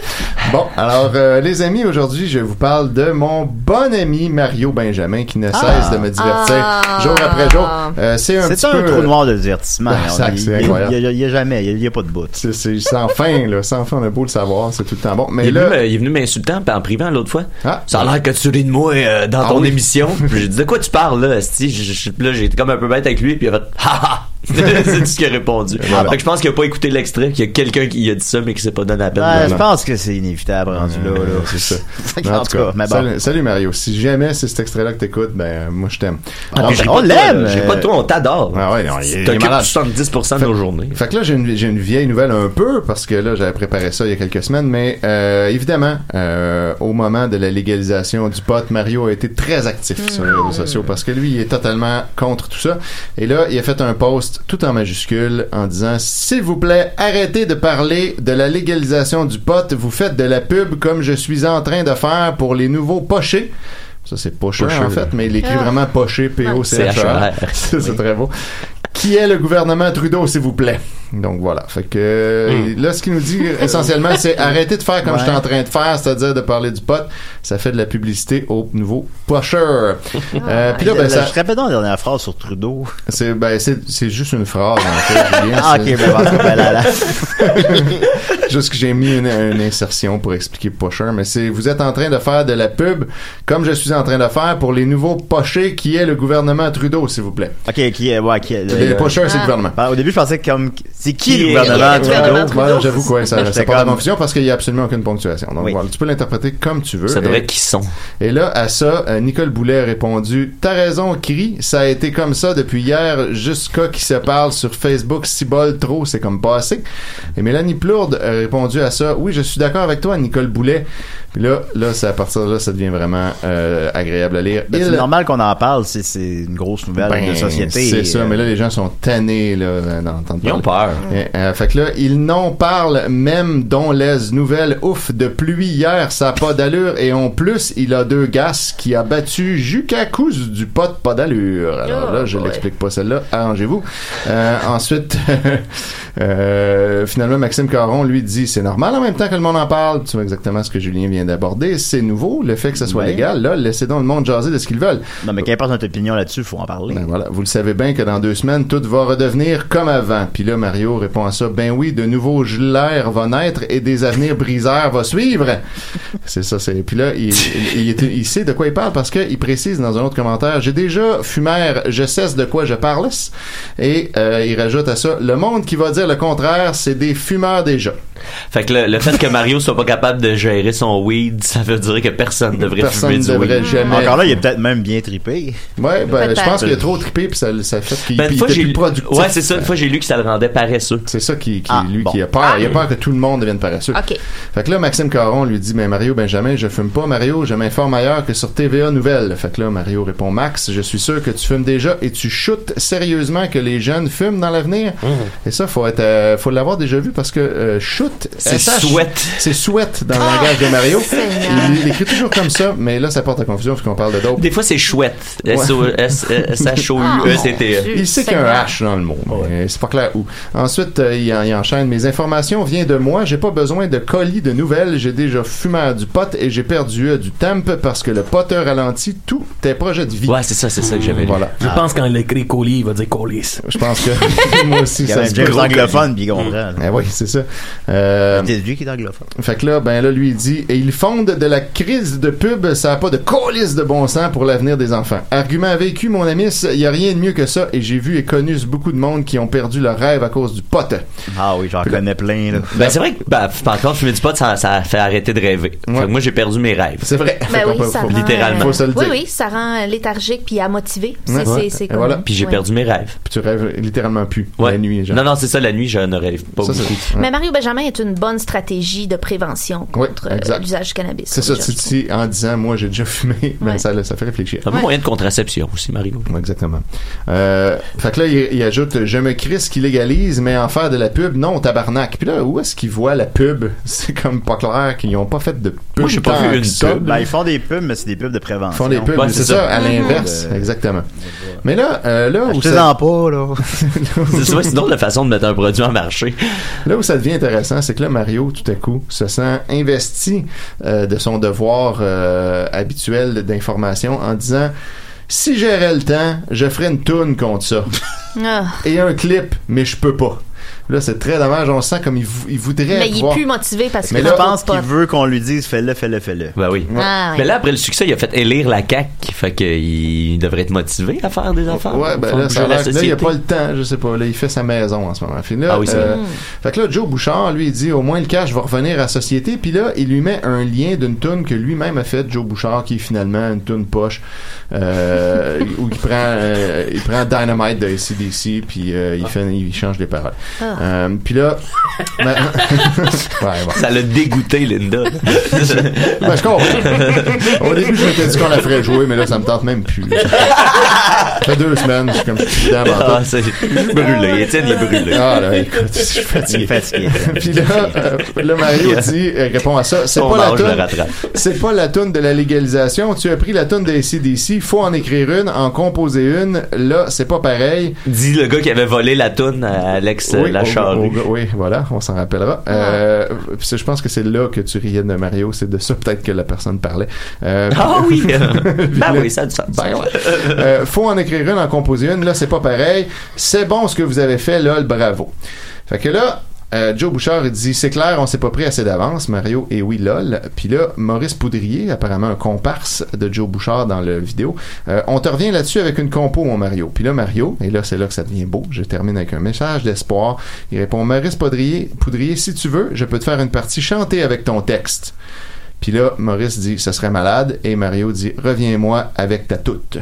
Bon, alors, euh, les amis, aujourd'hui, je vous parle de mon bon ami Mario Benjamin qui ne cesse Ah. de me divertir jour après jour. Euh, c'est un, C'est petit un peu, trou noir de divertissement. Ah, sac, Il- c'est il- incroyable. il- Il n'y a jamais, il n'y a pas de bout. C'est c'est sans fin, là. Sans fin, on a beau le savoir, c'est tout le temps bon. Mais il, est là. venu, me- il est venu m'insulter en- en privant l'autre fois. Ça a l'air que tu ris de moi euh, dans Ah ton oui. émission. Puis j'ai dit de quoi tu parles là, esti? Je- je- Là j'ai été comme un peu bête avec lui puis il a fait ha ha. c'est tout ce qu'il a répondu. voilà. Fait que je pense qu'il a pas écouté l'extrait, qu'il y a quelqu'un qui a dit ça mais qui s'est pas donné la peine. Ben, de- je pense que c'est inévitable rendu là. là. C'est ça. En En tout cas, mais bon. salut, salut Mario. Si jamais c'est cet extrait-là que t'écoutes, ben euh, moi je t'aime. Ah, Alors, puis j'ai ben, pas de toi, là. J'ai pas de euh, toi, on t'adore. Ah ouais, non, il est- il est T'occupes malade. 70% de nos journées. Fait que là, j'ai une, j'ai une vieille nouvelle un peu, parce que là, j'avais préparé ça il y a quelques semaines, mais euh, évidemment, euh, au moment de la légalisation du pot, Mario a été très actif sur les réseaux sociaux, parce que lui, il est totalement contre tout ça. Et là, il a fait un post tout en majuscule en disant « S'il vous plaît, arrêtez de parler de la légalisation du pot, vous faites de la pub comme je suis en train de faire pour les nouveaux pochés. » Ça, c'est pocheux, Pocheux, en fait, là. mais il écrit Ah. vraiment poché, p o c h E C'est E C'est très beau. Qui est le gouvernement Trudeau, s'il vous plaît? Donc voilà. Fait que Hmm. Mm. là, ce qu'il nous dit essentiellement, c'est arrêtez de faire comme Ouais. je suis en train de faire, c'est-à-dire de parler du pot. Ça fait de la publicité au nouveau pusher. Ah. Euh, Puis là, ben, ça. Je répète donc la dernière phrase sur Trudeau. C'est ben, c'est- c'est juste une phrase, en fait. Julien, Ah, c'est- ok, ben, bon, ben, là, là. Juste que j'ai mis une, une insertion pour expliquer Pocher, mais c'est vous êtes en train de faire de la pub comme je suis en train de faire pour les nouveaux pochés qui est le gouvernement Trudeau, s'il vous plaît. Ok, qui est. Ouais, qui est Les pocheurs, c'est le gouvernement. Ah, au début, je pensais comme. C'est qui, Qui le est- gouvernement qui est Trudeau? le gouvernement Trudeau? Ouais, j'avoue que, ouais, ça- ça J'étais porte à comme- confusion parce qu'il n'y a absolument aucune ponctuation. Donc voilà, tu peux l'interpréter comme tu veux. Ça devrait être Et- qui sont. Et là, à ça, euh, Nicole Boulet a répondu T'as raison, Kiri, ça a été comme ça depuis hier jusqu'à qui se parle sur Facebook. Si bol trop, c'est comme pas assez. Et Mélanie Plourde a répondu à ça Oui, je suis d'accord avec toi, Nicole Boulet. Puis là, là c'est à partir de là, ça devient vraiment euh, agréable à lire. Ben, Il- C'est normal qu'on en parle, c'est- c'est une grosse nouvelle ben, de société. C'est ça, Euh, mais là, les gens sont tannés là, d'entendre Ils ont parler. Et, euh, fait que là, ils n'en parlent même dont les nouvelles. Ouf, de pluie hier, ça a pas d'allure. Et en plus, il a deux gaz qui a battu jusqu'à cause du pot pas d'allure. Alors là, je l'explique pas celle-là. Arrangez-vous. Euh, ensuite, euh, finalement, Maxime Caron lui dit, c'est normal en même temps que le monde en parle. Tu vois exactement ce que Julien vient d'aborder. C'est nouveau, le fait que ça soit Ouais. légal. Là, laissez donc le monde jaser de ce qu'ils veulent. Non, mais qu'importe notre opinion là-dessus, faut en parler. Ben voilà, vous le savez bien que dans deux semaines, tout va redevenir comme avant. Puis là, Mario répond à ça, ben oui, de nouveaux gelères va naître et des avenirs briseurs va suivre. C'est ça, c'est... Puis là, il, il, il- il sait de quoi il parle parce qu'il précise dans un autre commentaire, j'ai déjà fumère, je cesse de quoi je parle. Et euh, il rajoute à ça, le monde qui va dire le contraire, c'est des fumeurs déjà. Fait que le, le fait que Mario soit pas capable de gérer son weed, ça veut dire que personne devrait Personne fumer du devrait weed. jamais Encore là, il est peut-être même bien trippé. Ouais, ben, je pense qu'il a Peut-être. trop trippé puis ça, ça fait qu'il Ben, une il fois, était j'ai- plus productif. Ouais, c'est Ah, ça. Une fois, j'ai lu que ça le rendait paresseux. C'est ça qui, qui- lui qui a peur. Il a peur que tout le monde devienne paresseux. OK. Fait que là, Maxime Caron lui dit, mais Mario Benjamin, je fume pas, Mario, je m'informe ailleurs que sur TVA Nouvelle. Fait que là, Mario répond, Max, je suis sûr que tu fumes déjà et tu shootes sérieusement que les jeunes fument dans l'avenir. Mhm. Et ça, faut être, euh, faut l'avoir déjà vu parce que euh, shoot, C'est SH, souhaite. C'est souhaite dans le langage de Mario. Il il écrit toujours comme ça, mais là, ça porte à confusion parce qu'on parle de dope. Des fois, c'est chouette. Ouais. Ah, E Ah, S-H-O-U-E-T-T-E. E Il sait qu'il y a un H dans le mot, mais c'est pas clair où. Ensuite, euh, il, en- il enchaîne. Mes informations viennent de moi. J'ai pas besoin de colis de nouvelles. J'ai déjà fumé du pot et j'ai perdu euh, du temp parce que le poteur ralentit tous tes projets de vie. Ouais, c'est ça, c'est ça que j'avais lu. Voilà. Je pense quand il écrit colis, il va dire colis. Je pense que moi aussi, Il y ça avait se James peut. anglophone, puis il comprend. là. Eh oui, c'est ça. Euh, C'est lui qui est anglophone. Fait que là, ben là, lui, il dit, et ils fondent de la crise de pub, ça a pas de colis de bon sens pour l'avenir des enfants. Argument vécu, mon ami, il y a rien de mieux que ça, et j'ai vu et connu beaucoup de monde qui ont perdu leur rêve à cause du pote. Ah oui, j'en connais plein, là. Ben, c'est vrai que, ben, f- encore, fumer du pot, ça, ça fait arrêter de rêver. Fait que moi, j'ai perdu mes rêves. C'est vrai. Ben oui, ça rend, littéralement. euh, Oui, oui, ça rend léthargique puis à motiver. C'est, Ouais. c'est, c'est Et comme- voilà. Puis j'ai ouais. perdu mes rêves. Puis tu rêves littéralement plus la nuit. Non, non, c'est ça, la nuit, je ne rêve pas beaucoup. Mais Mario Benjamin est une bonne stratégie de prévention Oui, contre euh, exact. l'usage du cannabis. C'est ça, tu te dis, en disant, moi, j'ai déjà fumé, ben, ça, ça fait réfléchir. C'est un bon moyen de contraception aussi, Mario. exactement. Euh, fait que là, il, il ajoute Je me crisse qu'il légalise, mais en faire de la pub, non, tabarnak. Puis là, où est-ce qu'ils voient la pub C'est comme pas clair qu'ils n'ont pas fait de pub. tant que ça. Ben, ils font des pubs, mais c'est des pubs de Ils prévention. font des pubs, Ben, c'est ça, à l'inverse. Exactement. Mais là, euh, là où Achetez-en ça. pas, là. C'est ouais, c'est une autre façon de mettre un produit en marché. Là où ça devient intéressant, c'est que là, Mario, tout à coup, se sent investi euh, de son devoir euh, habituel d'information en disant Si j'aurais le temps, je ferais une toune contre ça. Ah. Et un clip, mais je peux pas. Là, c'est très dommage. On sent comme il, vou- il voudrait. Mais il est pouvoir- plus motivé parce Mais qu'il là, a je pense pas de qu'il pot. veut qu'on lui dise fais-le, fais-le, fais-le. Ben oui. Ah, ouais. Mais là, après le succès, il a fait élire la CAQ. Fait qu'il devrait être motivé à faire des affaires. Ouais, ben Faire là, bouger ça a la l'air que là, il n'y a société. pas le temps, je sais pas. Là, il fait sa maison en ce moment. Puis là, euh, Ah oui, c'est vrai. fait que là, Joe Bouchard, lui, il dit au moins le cash va revenir à la société. Puis là, il lui met un lien d'une toune que lui-même a faite, Joe Bouchard, qui est finalement une toune poche, euh, où il prend, euh, il prend Dynamite de ACDC, puis euh, il, fait, il change les paroles. Ah. Euh, puis là. ben- Ouais, bon. Ça l'a dégoûté, Linda. Ben, je comprends. Au début, je m'étais dit qu'on la ferait jouer, mais là, ça me tente même plus. Ça fait deux semaines, je suis comme je suis dedans, Ah, c'est brûlé. Étienne, il est brûlé. Ah, là, écoute, je suis fatigué. Il est fatigué. Puis là, euh, là, Mario dit, euh, répond à ça, c'est Son pas, la âge le toune, rattrape. c'est pas la toune de la légalisation. Tu as pris la toune des CDC, faut en écrire une, en composer une. Là, c'est pas pareil. Dit le gars qui avait volé la toune à Alex euh, la charrue. au- oui, voilà, on s'en rappellera. Euh, puis ça, je pense que c'est là que tu riais de Mario, c'est de ça peut-être que la personne parlait. Euh, Ah oui, puis- euh, puis ah là- oui, ça a du sens. Ben ouais. Euh, faut en écrire une, en composer une. Là, c'est pas pareil. C'est bon ce que vous avez fait, lol, bravo. Fait que là, euh, Joe Bouchard il dit c'est clair, on s'est pas pris assez d'avance, Mario et oui, lol. Puis là, Maurice Poudrier, apparemment un comparse de Joe Bouchard dans le vidéo, euh, on te revient là-dessus avec une compo, mon Mario. Puis là, Mario, et là, c'est là que ça devient beau. Je termine avec un message d'espoir. Il répond Maurice Poudrier, Poudrier, si tu veux, je peux te faire une partie chantée avec ton texte. Puis là, Maurice dit, ce serait malade. Et Mario dit, reviens-moi avec ta toute.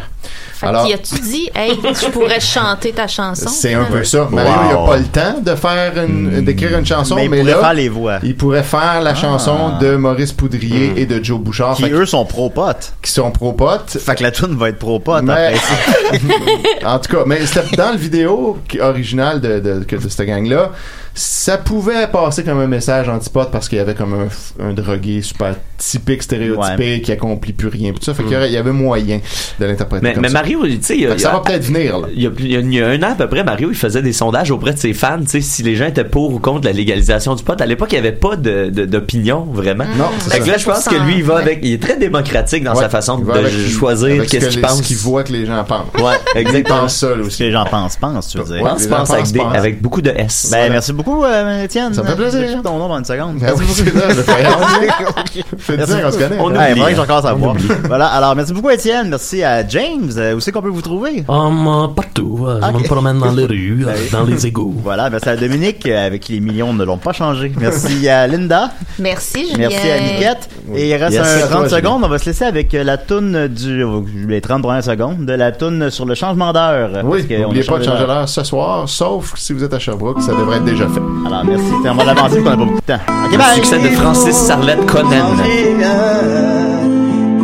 Alors, Puis as-tu dit, hey, tu pourrais chanter ta chanson? c'est un peu ça. Mario, il n'a pas le temps de faire une- d'écrire une chanson, Hmm. Mais mais, il pourrait là, faire les voix. il pourrait faire la chanson de Maurice Poudrier et de Joe Bouchard. Hmm. Qui, Fait que- eux, sont pro-potes. Qui sont pro-potes. Fait que la toune va être pro-pote, Mais- après ça. en tout cas, mais c'était dans le vidéo qui- original de, de, que- de cette gang-là, ça pouvait passer comme un message antipode parce qu'il y avait comme un, f- un drogué super typique, stéréotypé, Ouais. Mm. qui accomplit plus rien. Tout ça, fait qu'il y aurait- il y avait moyen de l'interpréter Mais, comme mais ça. Mario, tu sais, il y a- Fait que ça va peut-être venir. Là. il y, a, il y a- il y a un an à peu près, Mario, il faisait des sondages auprès de ses fans, tu sais, si les gens étaient pour ou contre la légalisation du pot. À l'époque, il n'y avait pas de- de- d'opinion, vraiment. Non, c'est Fait que ça. là, je pense que lui, il va avec, il est très démocratique dans Ouais. sa façon Il de va avec- choisir avec ce qu'est-ce que qu'il les- pense. Ce qu'il voit que les gens pensent. Ouais, exactement. pense ça, aussi. les gens pensent, pensent, tu veux dire. Je pense, pense avec, des- avec beaucoup de S. Ben, merci beaucoup, euh, Étienne. Ça me fait plaisir. Je vais écrire ton nom dans une seconde. Ben oui, c'est ça, je vais faire Fais Merci dire, on se beaucoup. connaît. On Ouais, oublie. faudrait que j'en commence à voir. Voilà, alors merci beaucoup Étienne, merci à James. Euh, où c'est qu'on peut vous trouver? Hum, euh, partout. euh, Je Ok. me promène dans les rues, euh, Ben oui. dans les égouts. Voilà, merci à Dominique, euh, avec qui les millions ne l'ont pas changé. Merci à Linda. Merci, Julien. Merci à Niquette. Et il reste Yes. un Merci à 30 toi, Julien. secondes. On va se laisser avec euh, la toune du. euh, Les 30 premières secondes de la toune sur le changement d'heure. euh, Oui, parce que on n'oubliez a pas de changé changer d'heure. l'heure ce soir, sauf si vous êtes à Sherbrooke, ça devrait être déjà fait. Alors merci, on va l'avancer, on n'a pas beaucoup de temps. Ok, Le bye! succès de Francis Sarlette Conan.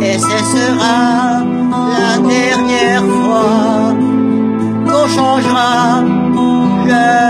Et ce sera la dernière fois qu'on changera le